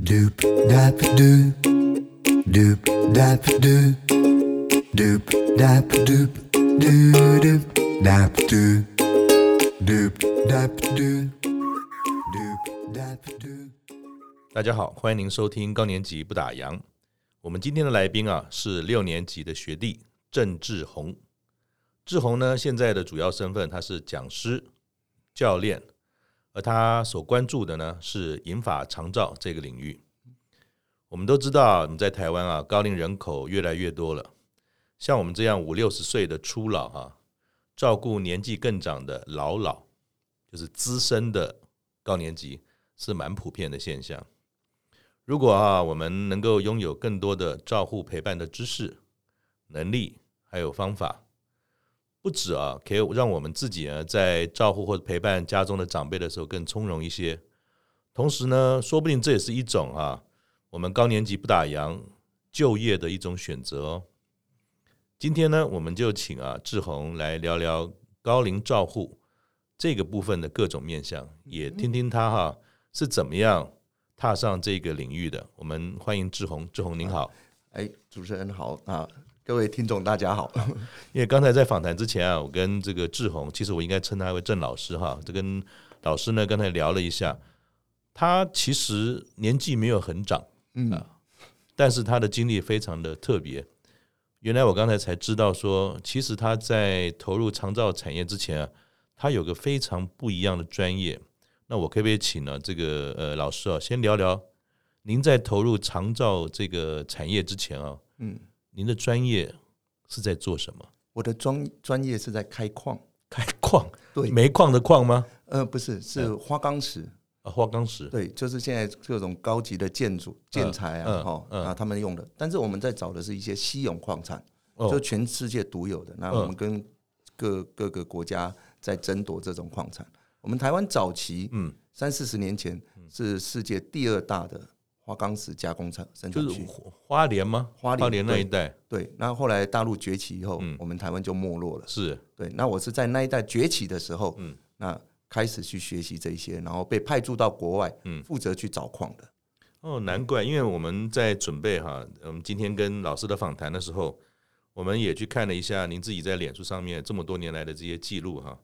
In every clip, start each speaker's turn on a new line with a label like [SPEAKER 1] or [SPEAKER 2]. [SPEAKER 1] Doop dap doop. Doop dap doop. Doop dap doop. Doo doop dap doop. Doop dap doop. Doop dap doop.
[SPEAKER 2] 大家好，欢迎您收听高年级不打烊。我们今天的来宾啊是六年级的学弟郑志宏。志宏呢，现在的主要身份他是讲师、教练，而他所关注的呢是银法长照这个领域。我们都知道，你在台湾啊，高龄人口越来越多了，像我们这样五六十岁的初老啊，照顾年纪更长的老老，就是资深的高年级，是蛮普遍的现象。如果啊，我们能够拥有更多的照护陪伴的知识、能力，还有方法，不止啊，可以让我们自己呢在照护或者陪伴家中的长辈的时候更从容一些。同时呢，说不定这也是一种啊，我们高年级不打烊就业的一种选择哦。今天呢，我们就请啊志宏来聊聊高龄照护这个部分的各种面向，也听听他哈、是怎么样踏上这个领域的。我们欢迎志宏，志宏您好。
[SPEAKER 3] 哎，主持人好啊，各位听众大家好。
[SPEAKER 2] 因为刚才在访谈之前啊，我跟这个志宏，其实我应该称他为郑老师哈。这跟老师呢刚才聊了一下，他其实年纪没有很长，
[SPEAKER 3] 嗯
[SPEAKER 2] 啊，但是他的经历非常的特别。原来我刚才才知道说，其实他在投入长照产业之前啊，他有个非常不一样的专业。那我可不可以请呢、这个呃老师啊，先聊聊您在投入长照这个产业之前啊，
[SPEAKER 3] 嗯，
[SPEAKER 2] 您的专业是在做什么？
[SPEAKER 3] 我的专专业是在开矿，
[SPEAKER 2] 开矿，
[SPEAKER 3] 对
[SPEAKER 2] 煤矿的矿吗？
[SPEAKER 3] 呃，不是，是花岗石，
[SPEAKER 2] 啊，花岗石，
[SPEAKER 3] 对，就是现在各种高级的建筑建材啊，
[SPEAKER 2] 嗯
[SPEAKER 3] 哈、
[SPEAKER 2] 嗯
[SPEAKER 3] 啊，他们用的。但是我们在找的是一些稀有矿产，
[SPEAKER 2] 哦
[SPEAKER 3] 就全世界独有的。那
[SPEAKER 2] 嗯
[SPEAKER 3] 我们跟各各个国家在争夺这种矿产。我们台湾早期，
[SPEAKER 2] 嗯，
[SPEAKER 3] 三四十年前是世界第二大的花岗石加工厂生
[SPEAKER 2] 就
[SPEAKER 3] 产
[SPEAKER 2] 是
[SPEAKER 3] 区，
[SPEAKER 2] 花花莲吗？
[SPEAKER 3] 花莲
[SPEAKER 2] 那
[SPEAKER 3] 对
[SPEAKER 2] 一带
[SPEAKER 3] 对。那后来大陆崛起以后，
[SPEAKER 2] 嗯
[SPEAKER 3] 我们台湾就没落了。
[SPEAKER 2] 是
[SPEAKER 3] 对，那我是在那一代崛起的时候，
[SPEAKER 2] 嗯
[SPEAKER 3] 嗯，那开始去学习这一些，然后被派驻到国外，
[SPEAKER 2] 嗯
[SPEAKER 3] 嗯，负责去找矿的。
[SPEAKER 2] 哦，难怪，因为我们在准备哈，我们今天跟老师的访谈的时候，我们也去看了一下您自己在脸书上面这么多年来的这些记录哈，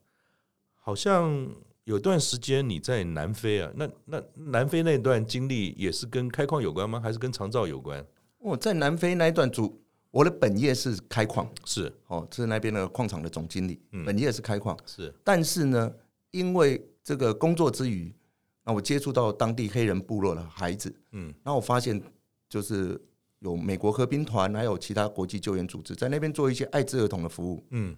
[SPEAKER 2] 好像有段时间你在南非啊，那那南非那段经历也是跟开矿有关吗？还是跟长照有关？
[SPEAKER 3] 我哦在南非那一段主，我的本业是开矿，
[SPEAKER 2] 是
[SPEAKER 3] 哦，是那边的矿场的总经理，
[SPEAKER 2] 嗯
[SPEAKER 3] 本业是开矿。
[SPEAKER 2] 是，
[SPEAKER 3] 但是呢，因为这个工作之余，那我接触到当地黑人部落的孩子，
[SPEAKER 2] 嗯
[SPEAKER 3] 然后我发现就是有美国和平团，还有其他国际救援组织在那边做一些艾滋儿童的服务。
[SPEAKER 2] 嗯，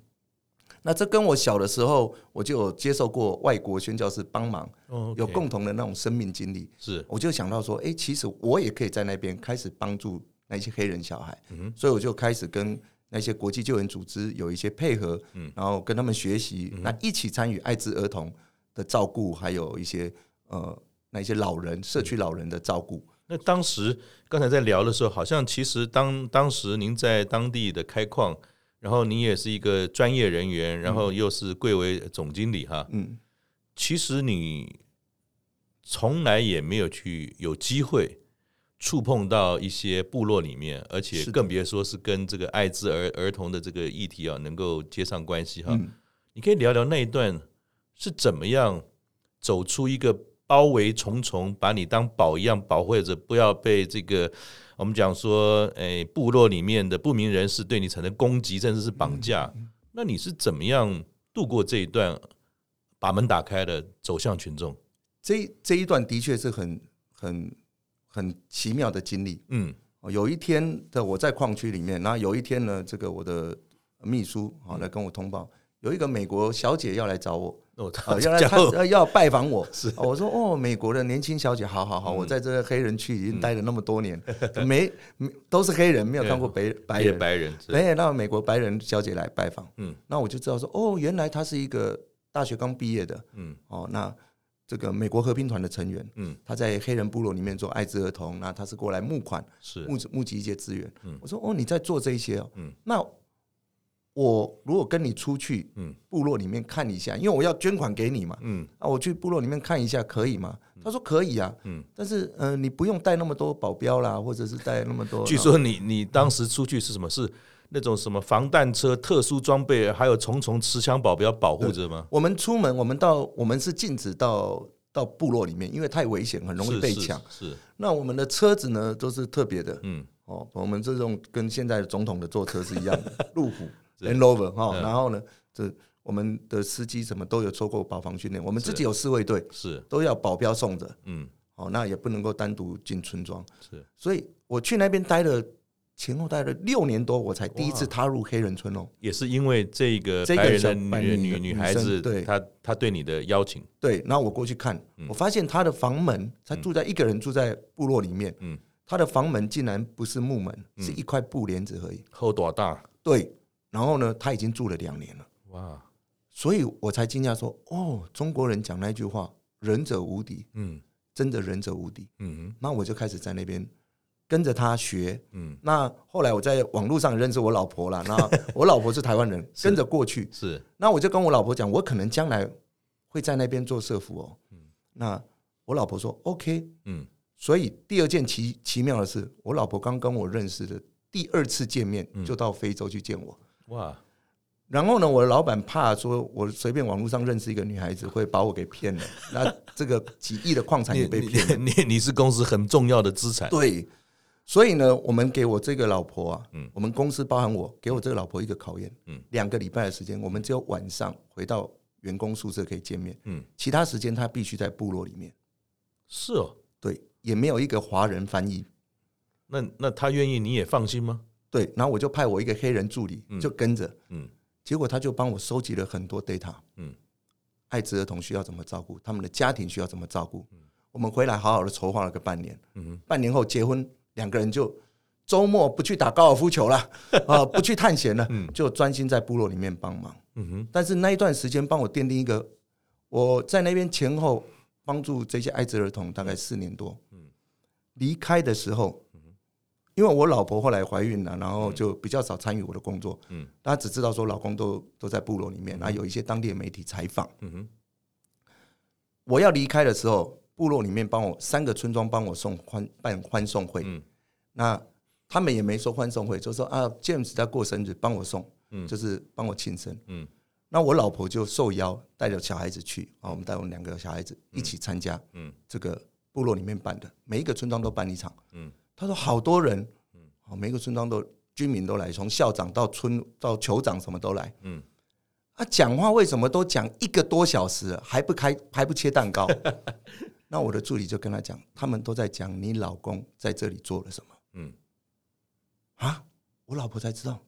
[SPEAKER 3] 那这跟我小的时候我就有接受过外国宣教士帮忙，
[SPEAKER 2] 哦，
[SPEAKER 3] 有共同的那种生命经历，
[SPEAKER 2] 是
[SPEAKER 3] 我就想到说，哎、其实我也可以在那边开始帮助那些黑人小孩，
[SPEAKER 2] 嗯哼
[SPEAKER 3] 所以我就开始跟那些国际救援组织有一些配合，
[SPEAKER 2] 嗯
[SPEAKER 3] 然后跟他们学习，那一起参与艾滋儿童的照顾，还有一些呃那一些老人、社
[SPEAKER 2] 嗯
[SPEAKER 3] 区老人的照顾。
[SPEAKER 2] 那当时刚才在聊的时候，好像其实当当时您在当地的开矿，然后您也是一个专业人员，然后又是贵为总经理哈，
[SPEAKER 3] 嗯，
[SPEAKER 2] 其实你从来也没有去有机会触碰到一些部落里面，而且
[SPEAKER 3] 是的
[SPEAKER 2] 更别说是跟这个艾滋儿儿童的这个议题啊能够接上关系哈。
[SPEAKER 3] 嗯
[SPEAKER 2] 你可以聊聊那一段是怎么样走出一个包围重重，把你当宝一样保护着，不要被这个我们讲说，诶、部落里面的不明人士对你产生攻击，甚至是绑架。
[SPEAKER 3] 嗯
[SPEAKER 2] 那你是怎么样度过这一段，把门打开的，走向群众？
[SPEAKER 3] 这一这一段的确是很很很奇妙的经历。
[SPEAKER 2] 嗯
[SPEAKER 3] 哦，有一天的我在矿区里面，那有一天呢，这个我的秘书好
[SPEAKER 2] 嗯
[SPEAKER 3] 来跟我通报，有一个美国小姐要来找我，
[SPEAKER 2] 哦，他
[SPEAKER 3] 哦，要来
[SPEAKER 2] 讲
[SPEAKER 3] 看呃要拜访我。哦我说哦，美国的年轻小姐，好好
[SPEAKER 2] 嗯
[SPEAKER 3] 好，我在这个黑人区已经待了那么多年， 没没都是黑人，没有看过白白
[SPEAKER 2] 也
[SPEAKER 3] 人。
[SPEAKER 2] 白人，是
[SPEAKER 3] 没有让美国白人小姐来拜访，
[SPEAKER 2] 嗯
[SPEAKER 3] 嗯，那我就知道说，哦，原来她是一个大学刚毕业的，
[SPEAKER 2] 嗯
[SPEAKER 3] 哦，那这个美国和平团的成员，
[SPEAKER 2] 嗯
[SPEAKER 3] 她在黑人部落里面做艾滋儿童，那她是过来募款，
[SPEAKER 2] 是
[SPEAKER 3] 募集募集一些资源。
[SPEAKER 2] 嗯
[SPEAKER 3] 我说哦，你在做这一些哦，
[SPEAKER 2] 嗯
[SPEAKER 3] 那我如果跟你出去，
[SPEAKER 2] 嗯
[SPEAKER 3] 嗯，部落里面看一下，因为我要捐款给你嘛，
[SPEAKER 2] 嗯
[SPEAKER 3] 啊，我去部落里面看一下可以吗？他说可以啊，
[SPEAKER 2] 嗯
[SPEAKER 3] 嗯，但是呃，你不用带那么多保镖啦，或者是带那么多，
[SPEAKER 2] 据说你你当时出去是什么？是那种什么防弹车、特殊装备，还有重重持枪保镖保护着吗？
[SPEAKER 3] 呃我们出门，我们到我们是禁止到到部落里面，因为太危险，很容易
[SPEAKER 2] 是
[SPEAKER 3] 被
[SPEAKER 2] 是
[SPEAKER 3] 抢。
[SPEAKER 2] 是，
[SPEAKER 3] 那我们的车子呢，都是特别的
[SPEAKER 2] 嗯
[SPEAKER 3] 哦，我们这种跟现在总统的坐车是一样 的，路虎 Land Rover 哈、
[SPEAKER 2] 嗯
[SPEAKER 3] 然后呢，这我们的司机什么都有受过保防训练，我们自
[SPEAKER 2] 是
[SPEAKER 3] 己有侍卫队，
[SPEAKER 2] 是，
[SPEAKER 3] 都要保镖送着。
[SPEAKER 2] 嗯
[SPEAKER 3] 哦，那也不能够单独进村庄，
[SPEAKER 2] 是，
[SPEAKER 3] 所以我去那边待了前后待了六年多，我才第一次
[SPEAKER 2] 哇
[SPEAKER 3] 踏入黑人村哦。
[SPEAKER 2] 也是因为这个
[SPEAKER 3] 这个
[SPEAKER 2] 白人
[SPEAKER 3] 小
[SPEAKER 2] 的
[SPEAKER 3] 白
[SPEAKER 2] 女
[SPEAKER 3] 人
[SPEAKER 2] 女
[SPEAKER 3] 女
[SPEAKER 2] 女孩
[SPEAKER 3] 生
[SPEAKER 2] 子，
[SPEAKER 3] 对
[SPEAKER 2] 她她对你的邀请，
[SPEAKER 3] 对，然后我过去看，我发现他的房门，他住在一个人住在部落里面，
[SPEAKER 2] 嗯
[SPEAKER 3] 他的房门竟然不是木门，是一块布帘子而已。
[SPEAKER 2] 后多大？
[SPEAKER 3] 对，然后呢，他已经住了两年了，
[SPEAKER 2] 哇，
[SPEAKER 3] 所以我才惊讶说，哦，中国人讲那句话“仁者无敌
[SPEAKER 2] 嗯”，
[SPEAKER 3] 真的仁者无敌。
[SPEAKER 2] 嗯
[SPEAKER 3] 那我就开始在那边跟着他学。
[SPEAKER 2] 嗯，
[SPEAKER 3] 那后来我在网络上认识我老婆啦，那我老婆是台湾人，跟着过去，
[SPEAKER 2] 是，
[SPEAKER 3] 那我就跟我老婆讲，我可能将来会在那边做社服哦。那我老婆说 OK。
[SPEAKER 2] 嗯
[SPEAKER 3] 所以第二件奇奇妙的事，我老婆刚跟我认识的第二次见面就到非洲去见我。
[SPEAKER 2] 哇，
[SPEAKER 3] 然后呢，我的老板怕说我随便网络上认识一个女孩子会把我给骗了，那这个几亿的矿产
[SPEAKER 2] 你
[SPEAKER 3] 也被
[SPEAKER 2] 你
[SPEAKER 3] 骗了。
[SPEAKER 2] 你 你是公司很重要的资产，
[SPEAKER 3] 对，所以呢，我们给我这个老婆啊，
[SPEAKER 2] 嗯
[SPEAKER 3] 我们公司包含我，给我这个老婆一个考验，
[SPEAKER 2] 嗯
[SPEAKER 3] 两个礼拜的时间，我们只有晚上回到员工宿舍可以见面，
[SPEAKER 2] 嗯，
[SPEAKER 3] 其他时间她必须在部落里面，
[SPEAKER 2] 是哦。
[SPEAKER 3] 对，也没有一个华人翻译，
[SPEAKER 2] 那那他愿意，你也放心吗？
[SPEAKER 3] 对，然后我就派我一个黑人助理
[SPEAKER 2] 嗯
[SPEAKER 3] 就跟着，
[SPEAKER 2] 嗯
[SPEAKER 3] 结果他就帮我收集了很多 data，
[SPEAKER 2] 嗯
[SPEAKER 3] 艾滋儿童需要怎么照顾，他们的家庭需要怎么照顾，我们回来好好的筹划了个半年，
[SPEAKER 2] 嗯
[SPEAKER 3] 半年后结婚，两个人就周末不去打高尔夫球 了，啊，不去探险了，就专心在部落里面帮忙。
[SPEAKER 2] 嗯哼，
[SPEAKER 3] 但是那一段时间帮我奠定一个，我在那边前后帮助这些艾滋儿童大概四年多。离开的时候，因为我老婆后来怀孕了，然后就比较少参与我的工作。
[SPEAKER 2] 嗯
[SPEAKER 3] 嗯，大家只知道说老公都都在部落里面，然后有一些当地的媒体采访。
[SPEAKER 2] 嗯哼，
[SPEAKER 3] 我要离开的时候，部落里面帮我三个村庄帮我送欢办欢送会，
[SPEAKER 2] 嗯
[SPEAKER 3] 那他们也没说欢送会，就说啊，James 在过生日，帮我送，
[SPEAKER 2] 嗯
[SPEAKER 3] 就是帮我庆生，
[SPEAKER 2] 嗯
[SPEAKER 3] 那我老婆就受邀带着小孩子去啊，我们带我们两个小孩子一起参加
[SPEAKER 2] 嗯
[SPEAKER 3] 这个部落里面办的，每一个村庄都办一场。
[SPEAKER 2] 嗯
[SPEAKER 3] 他说好多人，哦，每一个村庄都居民都来，从校长到村到酋长什么都来。
[SPEAKER 2] 嗯，
[SPEAKER 3] 啊，讲话为什么都讲一个多小时了，还不开还不切蛋糕？那我的助理就跟他讲，他们都在讲你老公在这里做了什么
[SPEAKER 2] 嗯
[SPEAKER 3] 啊？我老婆才知道，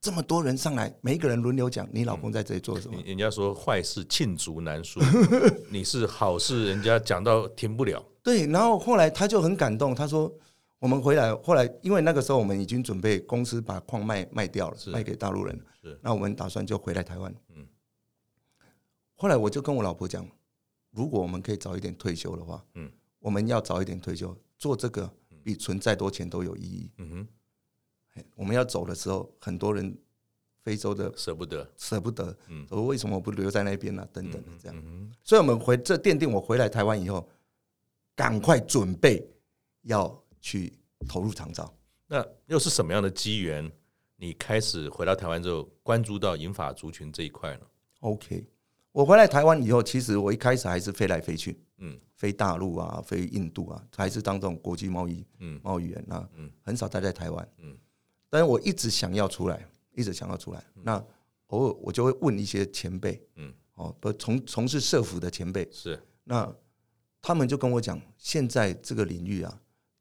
[SPEAKER 3] 这么多人上来，每一个人轮流讲你老公在这里做了什么
[SPEAKER 2] 人。人家说坏事罄竹难书， 你是好事，人家讲到停不了。
[SPEAKER 3] 对，然后后来他就很感动，他说我们回来，后来因为那个时候我们已经准备公司把矿卖卖掉了，卖给大陆人
[SPEAKER 2] 是，
[SPEAKER 3] 那我们打算就回来台湾。
[SPEAKER 2] 嗯
[SPEAKER 3] 嗯，后来我就跟我老婆讲，如果我们可以早一点退休的话，
[SPEAKER 2] 嗯
[SPEAKER 3] 嗯，我们要早一点退休，做这个比存再多钱都有意义。
[SPEAKER 2] 嗯哼，
[SPEAKER 3] 嘿我们要走的时候，很多人非洲的
[SPEAKER 2] 舍不得。
[SPEAKER 3] 舍不得，
[SPEAKER 2] 嗯
[SPEAKER 3] 说为什么不留在那边呢、等等的
[SPEAKER 2] 嗯
[SPEAKER 3] 这样。
[SPEAKER 2] 嗯
[SPEAKER 3] 所以我们回这奠定我回来台湾以后，赶快准备要去投入长照。
[SPEAKER 2] 那又是什么样的机缘，你开始回到台湾之后，关注到银发族群这一块呢？
[SPEAKER 3] OK，我回来台湾以后，其实我一开始还是飞来飞去，
[SPEAKER 2] 嗯
[SPEAKER 3] 飞大陆啊，飞印度啊，还是当这种国际贸易
[SPEAKER 2] 嗯
[SPEAKER 3] 贸易员啊，
[SPEAKER 2] 嗯
[SPEAKER 3] 很少待在台湾。
[SPEAKER 2] 嗯
[SPEAKER 3] 嗯，但是我一直想要出来，一直想要出来。那偶尔我就会问一些前辈，
[SPEAKER 2] 嗯，
[SPEAKER 3] 哦，不从从事社服的前辈，
[SPEAKER 2] 是
[SPEAKER 3] 那他们就跟我讲，现在这个领域啊，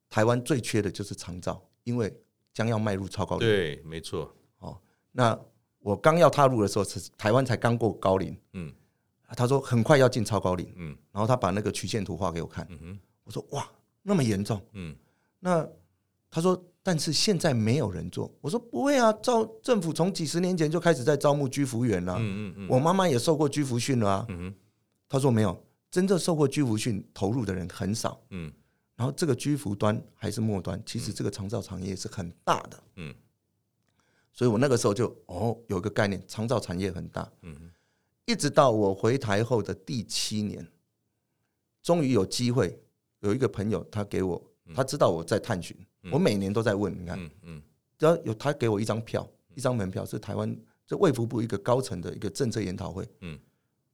[SPEAKER 3] 台湾最缺的就是长照，因为将要迈入超高龄。
[SPEAKER 2] 对，没错。
[SPEAKER 3] 哦，那我刚要踏入的时候，是台湾才刚过高龄。啊
[SPEAKER 2] 嗯
[SPEAKER 3] 他说很快要进超高龄，
[SPEAKER 2] 嗯
[SPEAKER 3] 然后他把那个曲线图画给我看，
[SPEAKER 2] 嗯哼
[SPEAKER 3] 我说哇，那么严重。
[SPEAKER 2] 嗯
[SPEAKER 3] 那他说，但是现在没有人做。我说不会啊，招政府从几十年前就开始在招募居服员了、
[SPEAKER 2] 嗯嗯嗯
[SPEAKER 3] 我妈妈也受过居服训了啊。
[SPEAKER 2] 嗯哼
[SPEAKER 3] 他说没有，真正受过居服训投入的人很少。
[SPEAKER 2] 嗯
[SPEAKER 3] 然后这个居服端还是末端，其实这个长照产业是很大的。
[SPEAKER 2] 嗯，
[SPEAKER 3] 所以我那个时候就哦有个概念，长照产业很大，
[SPEAKER 2] 嗯
[SPEAKER 3] 一直到我回台后的第七年，终于有机会，有一个朋友他给我，他知道我在探寻，我每年都在问，你看，
[SPEAKER 2] 嗯嗯
[SPEAKER 3] 只要有他给我一张票，一张门票是台湾这卫福部一个高层的一个政策研讨会，
[SPEAKER 2] 嗯，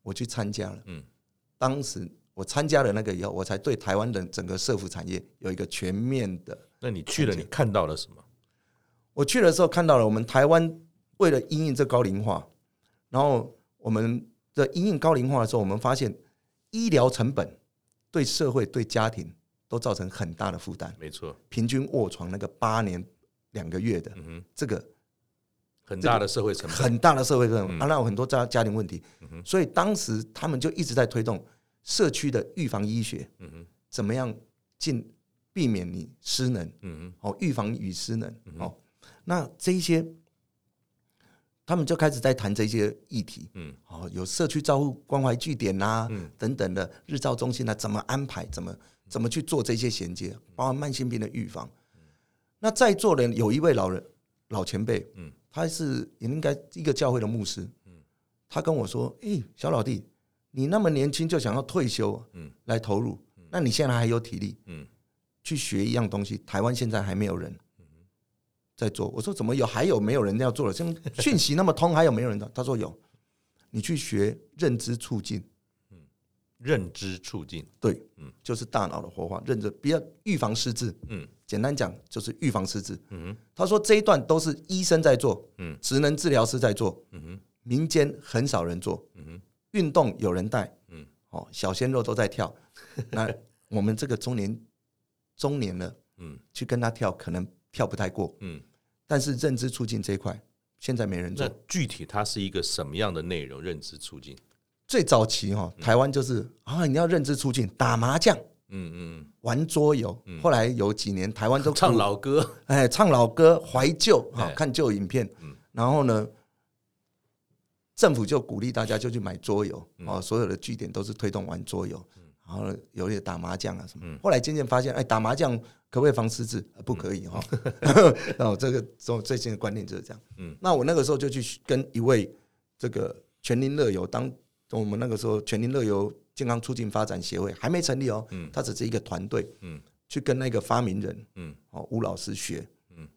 [SPEAKER 3] 我去参加了，
[SPEAKER 2] 嗯，
[SPEAKER 3] 当时我参加了那个以后，我才对台湾的整个社服产业有一个全面的。
[SPEAKER 2] 那你去了，你看到了什么？
[SPEAKER 3] 我去的时候看到了，我们台湾为了因应这高龄化，然后我们的因应高龄化的时候，我们发现医疗成本对社会、对家庭都造成很大的负担，
[SPEAKER 2] 没错，
[SPEAKER 3] 平均卧床那个八年两个月的
[SPEAKER 2] 嗯哼，
[SPEAKER 3] 这个
[SPEAKER 2] 很大的社会成本，
[SPEAKER 3] 很大的社会问题，啊，那有很多家家庭问题，所以当时他们就一直在推动社区的预防医学，
[SPEAKER 2] 嗯哼，
[SPEAKER 3] 怎么样尽避免你失能，
[SPEAKER 2] 嗯
[SPEAKER 3] 哦，预防与失能，哦，那这一些他们就开始在谈这些议题，
[SPEAKER 2] 嗯，
[SPEAKER 3] 哦，有社区照护关怀据点啦、
[SPEAKER 2] 嗯
[SPEAKER 3] 等等的日照中心啊，怎么安排，怎么怎么去做这些衔接，包含慢性病的预防。
[SPEAKER 2] 嗯
[SPEAKER 3] 那在座的有一位老人老前辈，
[SPEAKER 2] 嗯，
[SPEAKER 3] 他是也应该一个教会的牧师，嗯，他跟我说，哎、小老弟，你那么年轻就想要退休，
[SPEAKER 2] 嗯，
[SPEAKER 3] 来投入，那你现在还有体力，
[SPEAKER 2] 嗯，
[SPEAKER 3] 去学一样东西，台湾现在还没有人在做。我说怎么有？还有没有人要做了？像讯息那么通，还有没有人的？他说有，你去学认知促进，
[SPEAKER 2] 认知促进，
[SPEAKER 3] 对，
[SPEAKER 2] 嗯
[SPEAKER 3] 就是大脑的活化，认知，不要预防失智。
[SPEAKER 2] 嗯
[SPEAKER 3] 简单讲就是预防失智。
[SPEAKER 2] 嗯
[SPEAKER 3] 他说这一段都是医生在做，
[SPEAKER 2] 嗯
[SPEAKER 3] 职能治疗师在做，
[SPEAKER 2] 嗯哼，
[SPEAKER 3] 民间很少人做，
[SPEAKER 2] 嗯哼，
[SPEAKER 3] 运动有人带，
[SPEAKER 2] 嗯
[SPEAKER 3] 哦，小鲜肉都在跳。 那我们这个中年中年了，
[SPEAKER 2] 嗯
[SPEAKER 3] 去跟他跳，可能跳不太过。
[SPEAKER 2] 嗯。
[SPEAKER 3] 但是认知促进这一块现在没人
[SPEAKER 2] 那
[SPEAKER 3] 做。
[SPEAKER 2] 具体它是一个什么样的内容？认知促进？
[SPEAKER 3] 最早期哈、哦，台湾就是、啊，你要认知促进，打麻将、
[SPEAKER 2] 嗯嗯
[SPEAKER 3] 玩桌游。后来有几年台湾都
[SPEAKER 2] 嗯，唱老歌，
[SPEAKER 3] 哎唱老歌、怀旧哈
[SPEAKER 2] 哎，
[SPEAKER 3] 看旧影片
[SPEAKER 2] 嗯。
[SPEAKER 3] 然后呢，政府就鼓励大家就去买桌游
[SPEAKER 2] 嗯
[SPEAKER 3] 哦，所有的据点都是推动玩桌游。然后呢有点打麻将啊什么
[SPEAKER 2] 嗯，
[SPEAKER 3] 后来渐渐发现，哎，打麻将可不可以防失智？呃不可以哈。 哦，这个这最新的观念就是这样。
[SPEAKER 2] 嗯
[SPEAKER 3] 那我那个时候就去跟一位这个全林乐游，当我们那个时候全林乐游健康促进发展协会还没成立哦，
[SPEAKER 2] 嗯
[SPEAKER 3] 它只是一个团队，
[SPEAKER 2] 嗯
[SPEAKER 3] 去跟那个发明人
[SPEAKER 2] 嗯
[SPEAKER 3] 哦吴老师学，
[SPEAKER 2] 嗯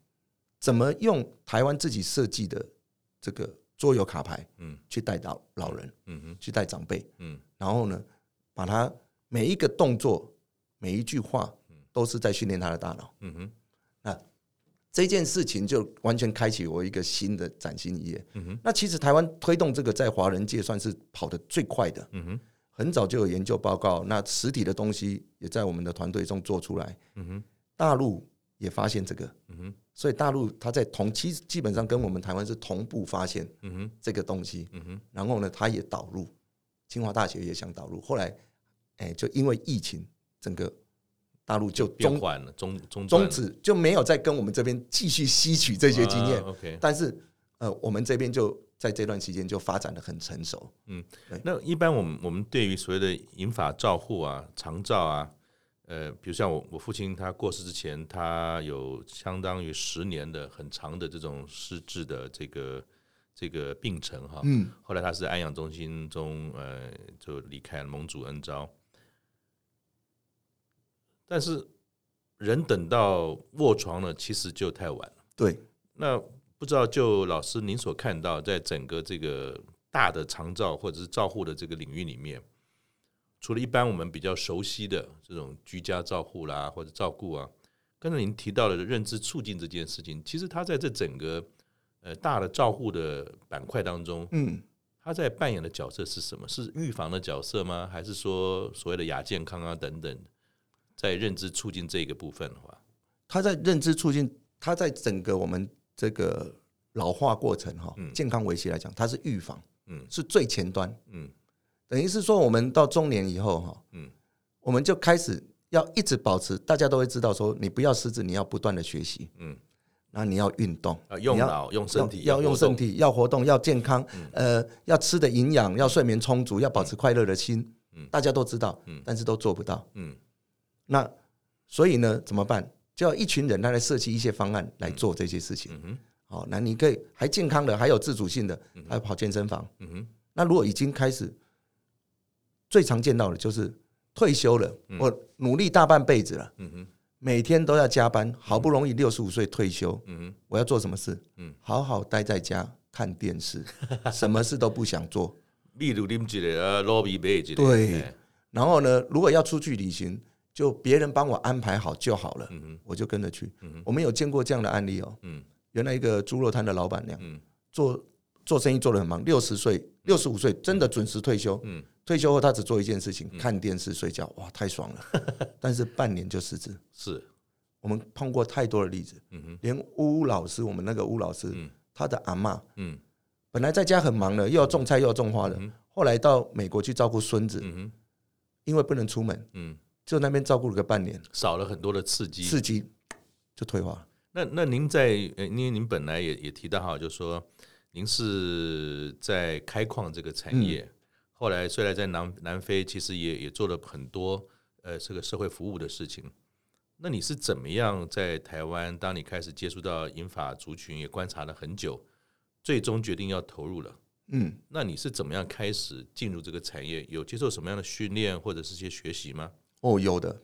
[SPEAKER 3] 怎么用台湾自己设计的这个桌游卡牌
[SPEAKER 2] 嗯
[SPEAKER 3] 去带到老人，
[SPEAKER 2] 嗯哼
[SPEAKER 3] 去带长辈，
[SPEAKER 2] 嗯
[SPEAKER 3] 然后呢，把他每一个动作、每一句话，都是在训练他的大脑。
[SPEAKER 2] 嗯哼
[SPEAKER 3] 这件事情就完全开启我一个新的崭新一页。
[SPEAKER 2] 嗯哼
[SPEAKER 3] 那其实台湾推动这个在华人界算是跑得最快的，
[SPEAKER 2] 嗯哼
[SPEAKER 3] 很早就有研究报告，那实体的东西也在我们的团队中做出来。
[SPEAKER 2] 嗯哼
[SPEAKER 3] 大陆也发现这个，
[SPEAKER 2] 嗯哼
[SPEAKER 3] 所以大陆它在同期基本上跟我们台湾是同步发现
[SPEAKER 2] 嗯哼
[SPEAKER 3] 这个东西，
[SPEAKER 2] 嗯哼
[SPEAKER 3] 然后呢，它也导入，清华大学也想导入，后来，哎，就因为疫情，整个大陆就
[SPEAKER 2] 变
[SPEAKER 3] 中
[SPEAKER 2] 缓了，中中
[SPEAKER 3] 终止，就没有再跟我们这边继续吸取这
[SPEAKER 2] 这
[SPEAKER 3] 些经验。
[SPEAKER 2] 啊 OK，
[SPEAKER 3] 但是呃，我们这边就在这段期间就发展的很成熟。
[SPEAKER 2] 那一般我们我们对于所谓的银发照护啊、长照啊，呃，比如像我我父亲他过世之前，他有相当于十年的很长的这种失智的这个这个病程哈。
[SPEAKER 3] 嗯，
[SPEAKER 2] 后来他是安养中心中呃就离开了蒙主恩昭，但是人等到卧床了，其实就太晚了。
[SPEAKER 3] 对，
[SPEAKER 2] 那不知道就老师您所看到，在整个这个大的长照或者是照护的这个领域里面，除了一般我们比较熟悉的这种居家照护啦或者照顾啊，刚才您提到的认知促进这件事情，其实它在这整个呃大的照护的板块当中，
[SPEAKER 3] 嗯，
[SPEAKER 2] 它在扮演的角色是什么？是预防的角色吗？还是说所谓的亚健康啊等等，在认知促进这个部分的话，
[SPEAKER 3] 它在认知促进，它在整个我们这个老化过程哈、
[SPEAKER 2] 嗯
[SPEAKER 3] 健康维系来讲，它是预防，
[SPEAKER 2] 嗯
[SPEAKER 3] 是最前端。
[SPEAKER 2] 嗯
[SPEAKER 3] 等于是说，我们到中年以后哈，
[SPEAKER 2] 嗯
[SPEAKER 3] 我们就开始要一直保持，大家都会知道说，你不要失智，你要不断的学习，
[SPEAKER 2] 嗯
[SPEAKER 3] 那你要运动，
[SPEAKER 2] 啊，用
[SPEAKER 3] 你要
[SPEAKER 2] 脑用身体
[SPEAKER 3] 要要用
[SPEAKER 2] 活动嗯
[SPEAKER 3] 身体，要活动，要健康，呃，要吃的营养，要睡眠充足，要保持快乐的心，
[SPEAKER 2] 嗯
[SPEAKER 3] 大家都知道，
[SPEAKER 2] 嗯
[SPEAKER 3] 但是都做不到。
[SPEAKER 2] 嗯
[SPEAKER 3] 那所以呢，怎么办？就要一群人他来设计一些方案来做这些事情。
[SPEAKER 2] 嗯哼
[SPEAKER 3] 好，那你可以还健康的，还有自主性的，还有跑健身房。
[SPEAKER 2] 嗯哼，
[SPEAKER 3] 那如果已经开始，最常见到的就是退休了，我努力大半辈子了，
[SPEAKER 2] 嗯哼，
[SPEAKER 3] 每天都要加班，好不容易六十五岁退休，
[SPEAKER 2] 嗯哼，
[SPEAKER 3] 我要做什么事？
[SPEAKER 2] 嗯
[SPEAKER 3] 好好待在家看电视，什么事都不想做。
[SPEAKER 2] 例如你们一个啊，罗比贝一个，
[SPEAKER 3] 对
[SPEAKER 2] 哎，
[SPEAKER 3] 然后呢，如果要出去旅行，就别人帮我安排好就好了，
[SPEAKER 2] 嗯哼，
[SPEAKER 3] 我就跟着去
[SPEAKER 2] 嗯哼。
[SPEAKER 3] 我们有见过这样的案例哦。
[SPEAKER 2] 嗯
[SPEAKER 3] 原来一个猪肉摊的老板娘
[SPEAKER 2] 嗯
[SPEAKER 3] 做做生意做得很忙，六十岁、六十五岁真的准时退休。
[SPEAKER 2] 嗯
[SPEAKER 3] 退休后她只做一件事情，看电视睡觉，哇，太爽了。 但是半年就辞职，
[SPEAKER 2] 是，
[SPEAKER 3] 我们碰过太多的例子，
[SPEAKER 2] 嗯哼，
[SPEAKER 3] 连乌老师，我们那个乌老师
[SPEAKER 2] 嗯，
[SPEAKER 3] 他的阿嬷
[SPEAKER 2] 嗯
[SPEAKER 3] 本来在家很忙的，又要种菜又要种花的
[SPEAKER 2] 嗯，
[SPEAKER 3] 后来到美国去照顾孙子，
[SPEAKER 2] 嗯哼，
[SPEAKER 3] 因为不能出门，
[SPEAKER 2] 嗯，
[SPEAKER 3] 就那边照顾了个半年，
[SPEAKER 2] 少了很多的刺激，
[SPEAKER 3] 刺激就退化了。
[SPEAKER 2] 那那您在呃，因为您本来也也提到哈，就说您是在开矿这个产业，后来虽然在南南非，其实也也做了很多呃这个社会服务的事情。那你是怎么样在台湾，当你开始接触到银发族群，也观察了很久，最终决定要投入了？
[SPEAKER 3] 嗯，
[SPEAKER 2] 那你是怎么样开始进入这个产业？有接受什么样的训练或者是一些学习吗？
[SPEAKER 3] 哦，有的。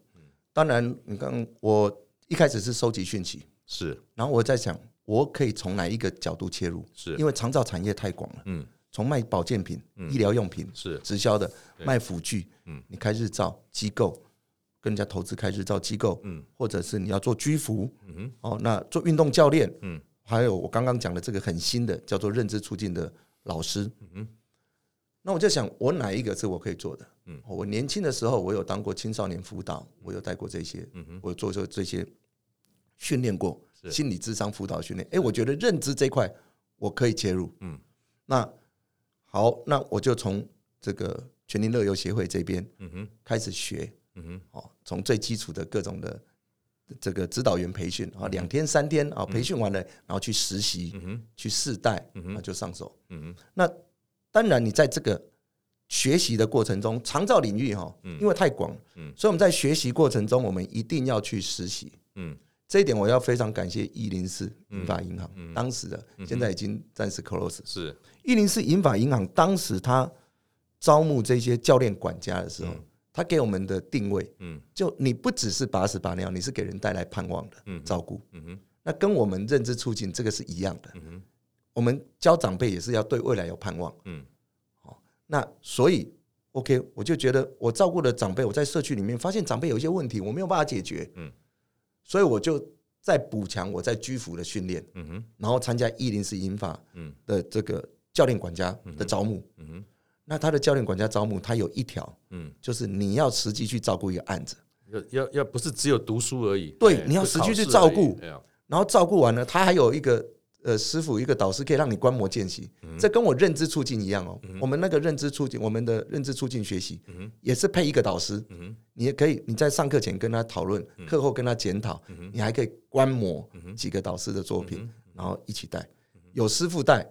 [SPEAKER 3] 当然，你看我一开始是收集讯息，
[SPEAKER 2] 是
[SPEAKER 3] 然后我在想，我可以从哪一个角度切入？
[SPEAKER 2] 是
[SPEAKER 3] 因为长照产业太广了，
[SPEAKER 2] 嗯
[SPEAKER 3] 从卖保健品、医疗用品、
[SPEAKER 2] 是
[SPEAKER 3] 直销的、卖辅具，
[SPEAKER 2] 嗯
[SPEAKER 3] 你开日照机构，跟人家投资开日照机构，
[SPEAKER 2] 嗯
[SPEAKER 3] 或者是你要做居服，
[SPEAKER 2] 嗯哼
[SPEAKER 3] 哦，那做运动教练，
[SPEAKER 2] 嗯
[SPEAKER 3] 还有我刚刚讲的这个很新的叫做认知促进的老师，
[SPEAKER 2] 嗯哼
[SPEAKER 3] 那我就想，我哪一个是我可以做的？
[SPEAKER 2] 嗯
[SPEAKER 3] 嗯，我年轻的时候，我有当过青少年辅导，我有带过这些，
[SPEAKER 2] 嗯哼
[SPEAKER 3] 我有做过这些训练过，
[SPEAKER 2] 是
[SPEAKER 3] 心理智商辅导训练。哎、我觉得认知这块我可以切入。
[SPEAKER 2] 嗯
[SPEAKER 3] 那好，那我就从这个全民乐游协会这边
[SPEAKER 2] 嗯哼
[SPEAKER 3] 开始学
[SPEAKER 2] 嗯哼
[SPEAKER 3] 哦，从最基础的各种的这个指导员培训啊，两天三天啊，培训完了，然后去实习，
[SPEAKER 2] 嗯哼
[SPEAKER 3] 去试戴，哦
[SPEAKER 2] 嗯哼
[SPEAKER 3] 那就上手。
[SPEAKER 2] 嗯哼
[SPEAKER 3] 那当然，你在这个学习的过程中，长照领域哈，因为太广，
[SPEAKER 2] 嗯
[SPEAKER 3] 所以我们在学习过程中，我们一定要去实习。
[SPEAKER 2] 嗯
[SPEAKER 3] 这一点我要非常感谢一零四银发银行、
[SPEAKER 2] 嗯
[SPEAKER 3] 当时的，现在已经暂时 close。
[SPEAKER 2] 是
[SPEAKER 3] 一零四银发银行当时他招募这些教练管家的时候，他给我们的定位，
[SPEAKER 2] 嗯
[SPEAKER 3] 就你不只是把屎把尿，你是给人带来盼望的、
[SPEAKER 2] 嗯
[SPEAKER 3] 照顾。
[SPEAKER 2] 嗯哼
[SPEAKER 3] 那跟我们认知促进这个是一样的。
[SPEAKER 2] 嗯哼
[SPEAKER 3] 我们教长辈也是要对未来有盼望。
[SPEAKER 2] 嗯
[SPEAKER 3] 那所以，OK，我就觉得我照顾的长辈，我在社区里面发现长辈有一些问题，我没有办法解决，
[SPEAKER 2] 嗯，
[SPEAKER 3] 所以我就在补强我在居服的训练，
[SPEAKER 2] 嗯哼
[SPEAKER 3] 然后参加一零四英法
[SPEAKER 2] 嗯
[SPEAKER 3] 的这个教练管家的招募。
[SPEAKER 2] 嗯哼
[SPEAKER 3] 那他的教练管家招募，他有一条
[SPEAKER 2] 嗯，
[SPEAKER 3] 就是你要实际去照顾一个案子，
[SPEAKER 2] 要要要不是只有读书而已，
[SPEAKER 3] 对
[SPEAKER 2] 哎
[SPEAKER 3] 你要
[SPEAKER 2] 是
[SPEAKER 3] 实际
[SPEAKER 2] 考
[SPEAKER 3] 去
[SPEAKER 2] 试
[SPEAKER 3] 照
[SPEAKER 2] 而已
[SPEAKER 3] 顾
[SPEAKER 2] 哎呀
[SPEAKER 3] 然后照顾完了，他还有一个。呃，师傅一个导师可以让你观摩见习，
[SPEAKER 2] 嗯
[SPEAKER 3] 这跟我认知促进一样哦。我们那个认知促进，我们的认知促进学习
[SPEAKER 2] 嗯哼
[SPEAKER 3] 也是配一个导师，
[SPEAKER 2] 嗯哼
[SPEAKER 3] 你也可以，你在上课前跟他讨论，
[SPEAKER 2] 嗯
[SPEAKER 3] 课后跟他检讨，你还可以观摩几个导师的
[SPEAKER 2] 嗯
[SPEAKER 3] 作品，然后一起带，有师傅带，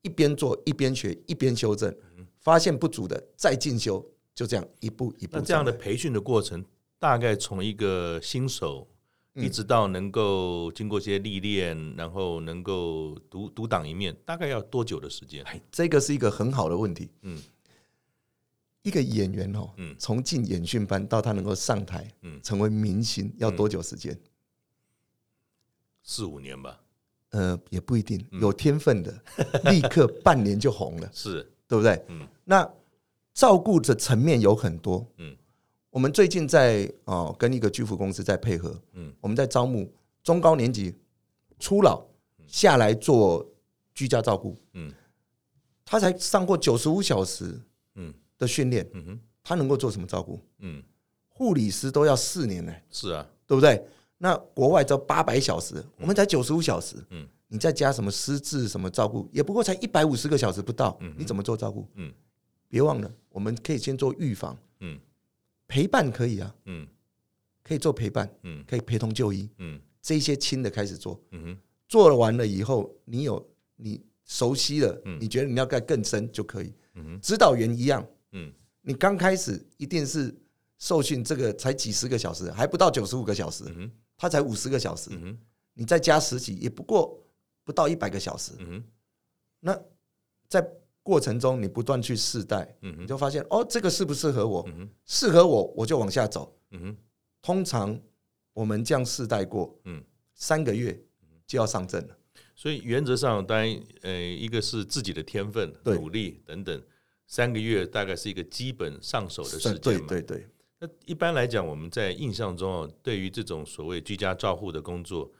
[SPEAKER 3] 一边做一边学一边修正，
[SPEAKER 2] 嗯
[SPEAKER 3] 发现不足的再进修，就这样一步一步
[SPEAKER 2] 那这样的
[SPEAKER 3] 上来
[SPEAKER 2] 培训的过程，大概从一个新手。
[SPEAKER 3] 嗯
[SPEAKER 2] 一直到能够经过一些历练，然后能够独独当一面，大概要多久的时间？
[SPEAKER 3] 这个是一个很好的问题。
[SPEAKER 2] 嗯
[SPEAKER 3] 一个演员哦
[SPEAKER 2] 嗯，
[SPEAKER 3] 从进演训班到他能够上台
[SPEAKER 2] 嗯，
[SPEAKER 3] 成为明星，要多久时间？
[SPEAKER 2] 四五年吧，嗯
[SPEAKER 3] 呃，也不一定，有天分 的，立刻半年就红了。
[SPEAKER 2] 是，
[SPEAKER 3] 对不对？
[SPEAKER 2] 嗯
[SPEAKER 3] 那照顾的层面有很多，
[SPEAKER 2] 嗯
[SPEAKER 3] 我们最近在哦跟一个居服公司在配合，
[SPEAKER 2] 嗯
[SPEAKER 3] 我们在招募中高年级初老下来做居家照顾，
[SPEAKER 2] 嗯
[SPEAKER 3] 他才上过九十五小时
[SPEAKER 2] 嗯
[SPEAKER 3] 的训练，
[SPEAKER 2] 嗯哼
[SPEAKER 3] 他能够做什么照顾？
[SPEAKER 2] 嗯，
[SPEAKER 3] 护理师都要四年呢、
[SPEAKER 2] 是啊，
[SPEAKER 3] 对不对？那国外只要八百小时，我们才九十五小时，
[SPEAKER 2] 嗯
[SPEAKER 3] 你再加什么失智什么照顾，也不过才一百五十个小时不到，你怎么做照顾？
[SPEAKER 2] 嗯
[SPEAKER 3] 别忘了，我们可以先做预防，
[SPEAKER 2] 嗯
[SPEAKER 3] 陪伴可以啊，
[SPEAKER 2] 嗯
[SPEAKER 3] 可以做陪伴，
[SPEAKER 2] 嗯
[SPEAKER 3] 可以陪同就医，
[SPEAKER 2] 嗯
[SPEAKER 3] 这些轻的开始做，
[SPEAKER 2] 嗯哼
[SPEAKER 3] 做了完了以后，你有你熟悉了，你觉得你要干更深就可以。
[SPEAKER 2] 嗯
[SPEAKER 3] 指导员一样，
[SPEAKER 2] 嗯
[SPEAKER 3] 你刚开始一定是受训，这个才几十个小时，还不到九十五个小时，
[SPEAKER 2] 嗯哼
[SPEAKER 3] 他才五十个小时，
[SPEAKER 2] 嗯哼
[SPEAKER 3] 你再加十几，也不过不到一百个小时。
[SPEAKER 2] 嗯哼，
[SPEAKER 3] 那在过程中，你不断去试戴，
[SPEAKER 2] 嗯
[SPEAKER 3] 你
[SPEAKER 2] 哼，
[SPEAKER 3] 就发现哦，这个适不适合我？
[SPEAKER 2] 嗯哼，
[SPEAKER 3] 适合我，我就往下走。
[SPEAKER 2] 嗯哼，
[SPEAKER 3] 通常我们这样试戴过，
[SPEAKER 2] 嗯，
[SPEAKER 3] 三个月就要上阵了。
[SPEAKER 2] 所以原则上，当然，呃，一个是自己的天分、
[SPEAKER 3] 对
[SPEAKER 2] 努力等等，三个月大概是一个基本上手的时间嘛。
[SPEAKER 3] 对对对，
[SPEAKER 2] 那一般来讲，我们在印象中哦，对于这种所谓居家照护的工作，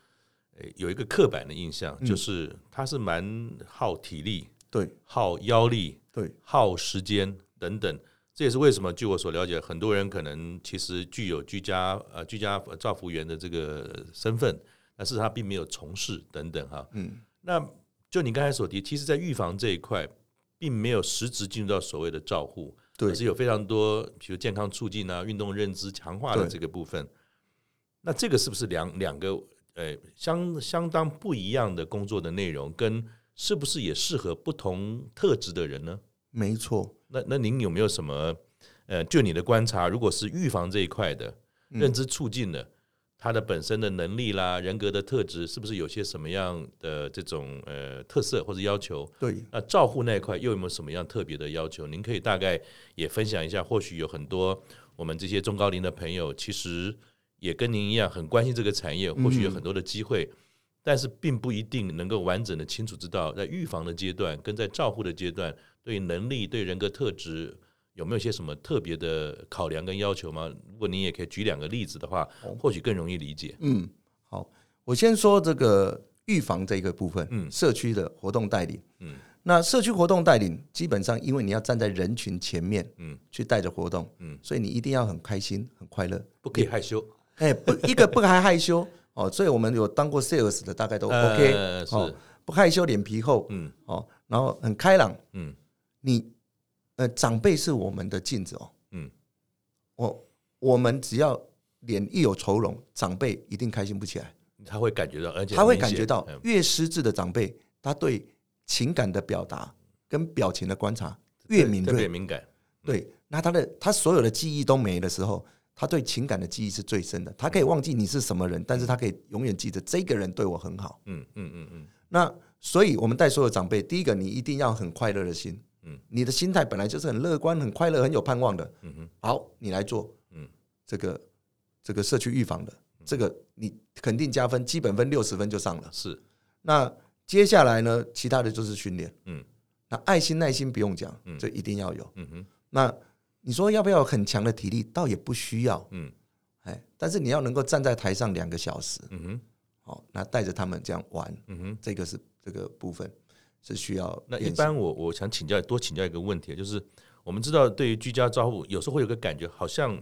[SPEAKER 2] 呃，有一个刻板的印象，
[SPEAKER 3] 嗯
[SPEAKER 2] 就是它是蛮耗体力、
[SPEAKER 3] 对
[SPEAKER 2] 耗腰力、
[SPEAKER 3] 对
[SPEAKER 2] 耗时间等等。这也是为什么，据我所了解，很多人可能其实具有居家呃居家照服员的这个身份，但是他并没有从事等等哈。
[SPEAKER 3] 嗯，
[SPEAKER 2] 那就你刚才所提，其实，在预防这一块，并没有实质进入到所谓的照护，
[SPEAKER 3] 对
[SPEAKER 2] 而是有非常多，比如健康促进啊、运动认知强化的
[SPEAKER 3] 对
[SPEAKER 2] 这个部分。那这个是不是两两个呃相相当不一样的工作的内容，跟是不是也适合不同特质的人呢？
[SPEAKER 3] 没错。
[SPEAKER 2] 那那您有没有什么呃，就你的观察，如果是预防这一块的认知促进的，他的本身的能力啦、人格的特质，是不是有些什么样的这种呃特色或者要求？
[SPEAKER 3] 对，
[SPEAKER 2] 那照护那一块又有没有什么样特别的要求？您可以大概也分享一下，或许有很多我们这些中高龄的朋友，其实也跟您一样很关心这个产业，或许
[SPEAKER 3] 嗯
[SPEAKER 2] 有很多的机会，但是并不一定能够完整的清楚知道，在预防的阶段跟在照护的阶段，对能力、对人格特质有没有一些什么特别的考量跟要求吗？如果您也可以举两个例子的话，或许更容易理解。
[SPEAKER 3] 嗯，好，我先说这个预防这个部分，
[SPEAKER 2] 嗯
[SPEAKER 3] 社区的活动带领，
[SPEAKER 2] 嗯
[SPEAKER 3] 嗯，那社区活动带领基本上因为你要站在人群前面，
[SPEAKER 2] 嗯
[SPEAKER 3] 嗯，去带着活动，
[SPEAKER 2] 嗯
[SPEAKER 3] 嗯，所以你一定要很开心、很快乐，
[SPEAKER 2] 不可以害羞
[SPEAKER 3] 哎、 不，一个不还害羞哦，所以我们有当过 sales 的，大概都 OK，、
[SPEAKER 2] 呃是
[SPEAKER 3] 哦，不害羞，脸皮厚，
[SPEAKER 2] 嗯
[SPEAKER 3] 哦，然后很开朗，
[SPEAKER 2] 嗯
[SPEAKER 3] 你呃，长辈是我们的镜子哦，
[SPEAKER 2] 嗯，
[SPEAKER 3] 我我们只要脸一有愁容，长辈一定开心不起来。
[SPEAKER 2] 他会感觉到，而且
[SPEAKER 3] 他会
[SPEAKER 2] 明
[SPEAKER 3] 感
[SPEAKER 2] 显
[SPEAKER 3] 觉到
[SPEAKER 2] 嗯
[SPEAKER 3] 越失智的长辈，他对情感的表达跟表情的观察越敏
[SPEAKER 2] 特别
[SPEAKER 3] 锐。
[SPEAKER 2] 敏感。
[SPEAKER 3] 对，那他的他所有的记忆都没的时候，他对情感的记忆是最深的。他可以忘记你是什么人，但是他可以永远记得这个人对我很好。
[SPEAKER 2] 嗯嗯嗯嗯
[SPEAKER 3] 那所以我们带所有长辈，第一个你一定要很快乐的心，
[SPEAKER 2] 嗯
[SPEAKER 3] 嗯，你的心态本来就是很乐观、很快乐、很有盼望的。
[SPEAKER 2] 嗯哼
[SPEAKER 3] 好，你来做，
[SPEAKER 2] 嗯
[SPEAKER 3] 嗯，这个这个社区预防的，这个你肯定加分，基本分六十分就上了。
[SPEAKER 2] 是
[SPEAKER 3] 那接下来呢，其他的就是训练。
[SPEAKER 2] 嗯
[SPEAKER 3] 那爱心、耐心不用讲
[SPEAKER 2] 嗯，
[SPEAKER 3] 这一定要有。
[SPEAKER 2] 嗯哼
[SPEAKER 3] 那你说要不要有很强的体力？倒也不需要，
[SPEAKER 2] 嗯
[SPEAKER 3] 哎，但是你要能够站在台上两个小时，
[SPEAKER 2] 嗯哼
[SPEAKER 3] 哦，那带着他们这样玩，
[SPEAKER 2] 嗯哼。
[SPEAKER 3] 这个是这个部分是需要
[SPEAKER 2] 那一
[SPEAKER 3] 练习。
[SPEAKER 2] 般我我想请教多请教一个问题，就是我们知道对于居家照护，有时候会有个感觉，好像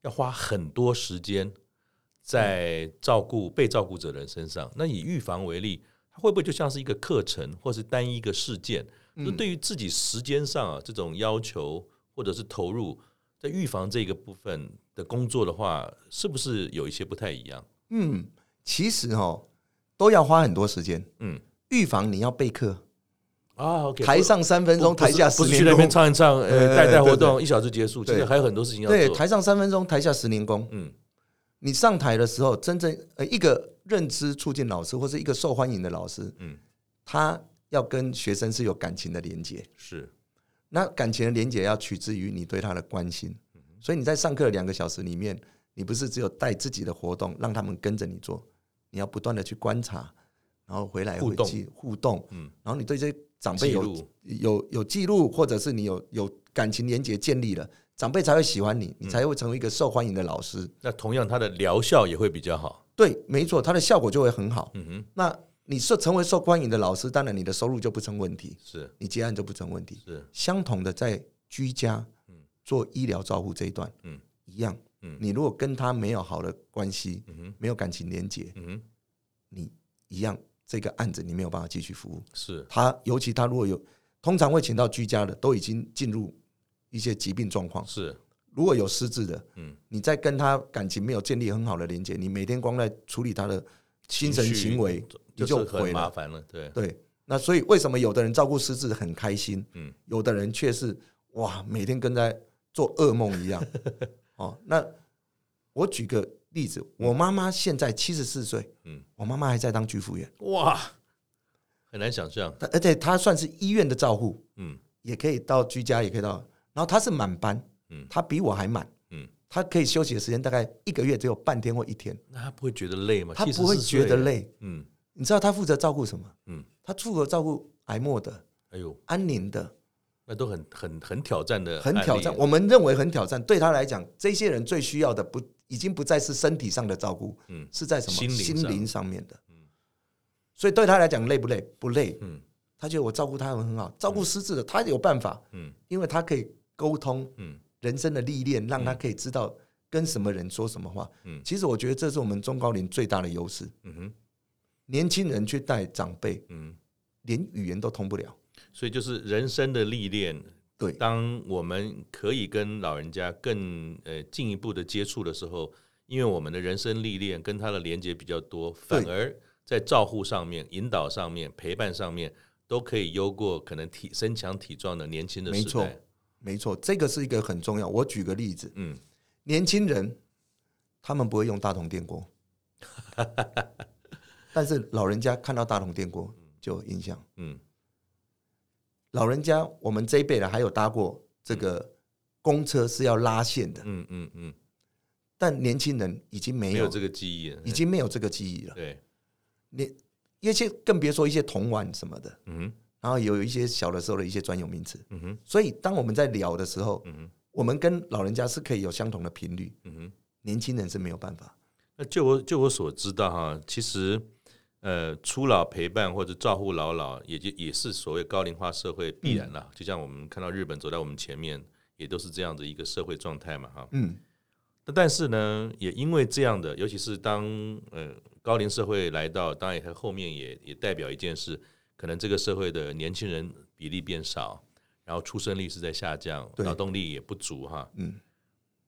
[SPEAKER 2] 要花很多时间
[SPEAKER 3] 嗯
[SPEAKER 2] 在照顾被照顾者的人身上。那以预防为例，它会不会就像是一个课程，或是单一一个事件？就
[SPEAKER 3] 嗯
[SPEAKER 2] 对于自己时间上啊这种要求，或者是投入在预防这个部分的工作的话，是不是有一些不太一样？
[SPEAKER 3] 嗯，其实哦，都要花很多时间。
[SPEAKER 2] 嗯
[SPEAKER 3] 预防你要备课，
[SPEAKER 2] 啊，OK，
[SPEAKER 3] 台上三分钟，台下十
[SPEAKER 2] 不是
[SPEAKER 3] 年
[SPEAKER 2] 去那边
[SPEAKER 3] 功。
[SPEAKER 2] 唱一唱，呃，
[SPEAKER 3] 对
[SPEAKER 2] 带带
[SPEAKER 3] 对
[SPEAKER 2] 活
[SPEAKER 3] 对
[SPEAKER 2] 动一小时结束，其实
[SPEAKER 3] 对
[SPEAKER 2] 还有很多事情要做。
[SPEAKER 3] 对，台上三分钟，台下十年功。
[SPEAKER 2] 嗯
[SPEAKER 3] 你上台的时候，真正呃一个认知促进老师或是一个受欢迎的老师，
[SPEAKER 2] 嗯，
[SPEAKER 3] 他要跟学生是有感情的连接，
[SPEAKER 2] 是，
[SPEAKER 3] 那感情的连接要取之于你对他的关心。
[SPEAKER 2] 嗯
[SPEAKER 3] 所以你在上课的两个小时里面，你不是只有带自己的活动让他们跟着你做，你要不断的去观察，然后回来
[SPEAKER 2] 互
[SPEAKER 3] 会
[SPEAKER 2] 动
[SPEAKER 3] 记互动，
[SPEAKER 2] 嗯，
[SPEAKER 3] 然后你对这些长辈
[SPEAKER 2] 记
[SPEAKER 3] 有
[SPEAKER 2] 录，
[SPEAKER 3] 有有记录，或者是你有有感情连接建立了，长辈才会喜欢你，
[SPEAKER 2] 嗯
[SPEAKER 3] 你才会成为一个受欢迎的老师。
[SPEAKER 2] 那同样它的疗效也会比较好。
[SPEAKER 3] 对，没错，它的效果就会很好。
[SPEAKER 2] 嗯哼，
[SPEAKER 3] 那你是成为受欢迎的老师，当然你的收入就不成问题，
[SPEAKER 2] 是
[SPEAKER 3] 你接案就不成问题。
[SPEAKER 2] 是，
[SPEAKER 3] 相同的，在居家做医疗照护这一段，
[SPEAKER 2] 嗯
[SPEAKER 3] 一样，
[SPEAKER 2] 嗯
[SPEAKER 3] 你如果跟他没有好的关系，
[SPEAKER 2] 嗯哼，
[SPEAKER 3] 没有感情连接，
[SPEAKER 2] 嗯哼，
[SPEAKER 3] 你一样这个案子你没有办法继续服务。
[SPEAKER 2] 是
[SPEAKER 3] 他尤其他如果有，通常会请到居家的，都已经进入一些疾病状况，
[SPEAKER 2] 是，
[SPEAKER 3] 如果有失智的，
[SPEAKER 2] 嗯
[SPEAKER 3] 你再跟他感情没有建立很好的连接，你每天光在处理他的精神
[SPEAKER 2] 情绪
[SPEAKER 3] 行为，你
[SPEAKER 2] 就是
[SPEAKER 3] 毁
[SPEAKER 2] 很麻
[SPEAKER 3] 了。
[SPEAKER 2] 烦了。对，
[SPEAKER 3] 对，那所以为什么有的人照顾失智很开心，
[SPEAKER 2] 嗯
[SPEAKER 3] 有的人却是哇，每天跟在做噩梦 一样。哦，那我举个例子，我妈妈现在七十四岁，
[SPEAKER 2] 嗯
[SPEAKER 3] 我妈妈还在当居服员，
[SPEAKER 2] 哇，很难想象。
[SPEAKER 3] 他而且他算是医院的照护，
[SPEAKER 2] 嗯
[SPEAKER 3] 也可以到居家，也可以到。然后他是满班，
[SPEAKER 2] 嗯
[SPEAKER 3] 他比我还满，
[SPEAKER 2] 嗯，
[SPEAKER 3] 他可以休息的时间大概一个月只有半天或一天，
[SPEAKER 2] 那他不会觉得累吗？
[SPEAKER 3] 他
[SPEAKER 2] 74
[SPEAKER 3] 不会觉得
[SPEAKER 2] 岁，
[SPEAKER 3] 累。
[SPEAKER 2] 嗯
[SPEAKER 3] 你知道他负责照顾什么？
[SPEAKER 2] 嗯，
[SPEAKER 3] 他负责照顾癌末的、
[SPEAKER 2] 哎呦，
[SPEAKER 3] 安宁的，
[SPEAKER 2] 那都很很很挑战的，
[SPEAKER 3] 很挑战。。我们认为很挑战，对他来讲，这些人最需要的不已经不再是身体上的照顾，
[SPEAKER 2] 嗯
[SPEAKER 3] 是在什么
[SPEAKER 2] 心灵上
[SPEAKER 3] 灵上面的。所以对他来讲累不累？不累，
[SPEAKER 2] 嗯
[SPEAKER 3] 他觉得我照顾他很好，照顾失智的他有办法，
[SPEAKER 2] 嗯
[SPEAKER 3] 因为他可以沟通
[SPEAKER 2] 嗯
[SPEAKER 3] 人生的历练，让他可以知道跟什么人说什么话。
[SPEAKER 2] 嗯
[SPEAKER 3] 其实我觉得这是我们中高龄最大的优势，
[SPEAKER 2] 嗯哼
[SPEAKER 3] 年轻人去带长辈，
[SPEAKER 2] 嗯，
[SPEAKER 3] 连语言都通不了。
[SPEAKER 2] 所以就是人生的历练。
[SPEAKER 3] 对
[SPEAKER 2] 当我们可以跟老人家更呃进一步的接触的时候，因为我们的人生历练跟他的连接比较多，反而在照护上面、引导上面、陪伴上面，都可以优过可能体身强体壮的年轻的
[SPEAKER 3] 没
[SPEAKER 2] 时
[SPEAKER 3] 错
[SPEAKER 2] 代。
[SPEAKER 3] 没错，这个是一个很重要。我举个例子，
[SPEAKER 2] 嗯，
[SPEAKER 3] 年轻人他们不会用大铜电 锅，但是老人家看到大铜电锅就有印象。
[SPEAKER 2] 嗯
[SPEAKER 3] 老人家我们这一辈人还有搭过这个公车是要拉线的，
[SPEAKER 2] 嗯嗯嗯，
[SPEAKER 3] 但年轻人已经没
[SPEAKER 2] 没
[SPEAKER 3] 有
[SPEAKER 2] 有，这个记忆了，
[SPEAKER 3] 已经没有这个记忆了。
[SPEAKER 2] 对，
[SPEAKER 3] 你一些更别说一些童玩什么的，
[SPEAKER 2] 嗯哼
[SPEAKER 3] 然后有一些小的时候的一些专有名词。
[SPEAKER 2] 嗯哼
[SPEAKER 3] 所以当我们在聊的时候，
[SPEAKER 2] 嗯哼
[SPEAKER 3] 我们跟老人家是可以有相同的频率，
[SPEAKER 2] 嗯哼。
[SPEAKER 3] 年轻人是没有办法。
[SPEAKER 2] 那就我就我所知道哈，其实呃，初老陪伴或者照顾老老，也就也是所谓高龄化社会必然啦、就像我们看到日本走在我们前面，也都是这样的一个社会状态嘛哈。
[SPEAKER 3] 嗯，
[SPEAKER 2] 那但是呢，也因为这样的，尤其是当呃高龄社会来到，当然也后面也也代表一件事，可能这个社会的年轻人比例变少，然后出生率是在下降，
[SPEAKER 3] 对
[SPEAKER 2] 劳动力也不足哈。
[SPEAKER 3] 嗯，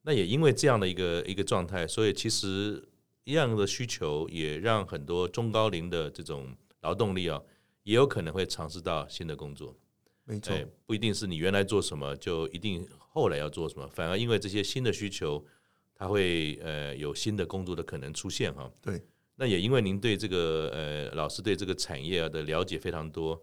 [SPEAKER 2] 那也因为这样的一个一个状态，所以其实一样的需求也让很多中高龄的这种劳动力啊，也有可能会尝试到新的工作。
[SPEAKER 3] 没错。
[SPEAKER 2] 对，不一定是你原来做什么，就一定后来要做什么，反而因为这些新的需求，它会呃有新的工作的可能出现哈。
[SPEAKER 3] 对，
[SPEAKER 2] 那也因为您对这个呃老师对这个产业啊的了解非常多，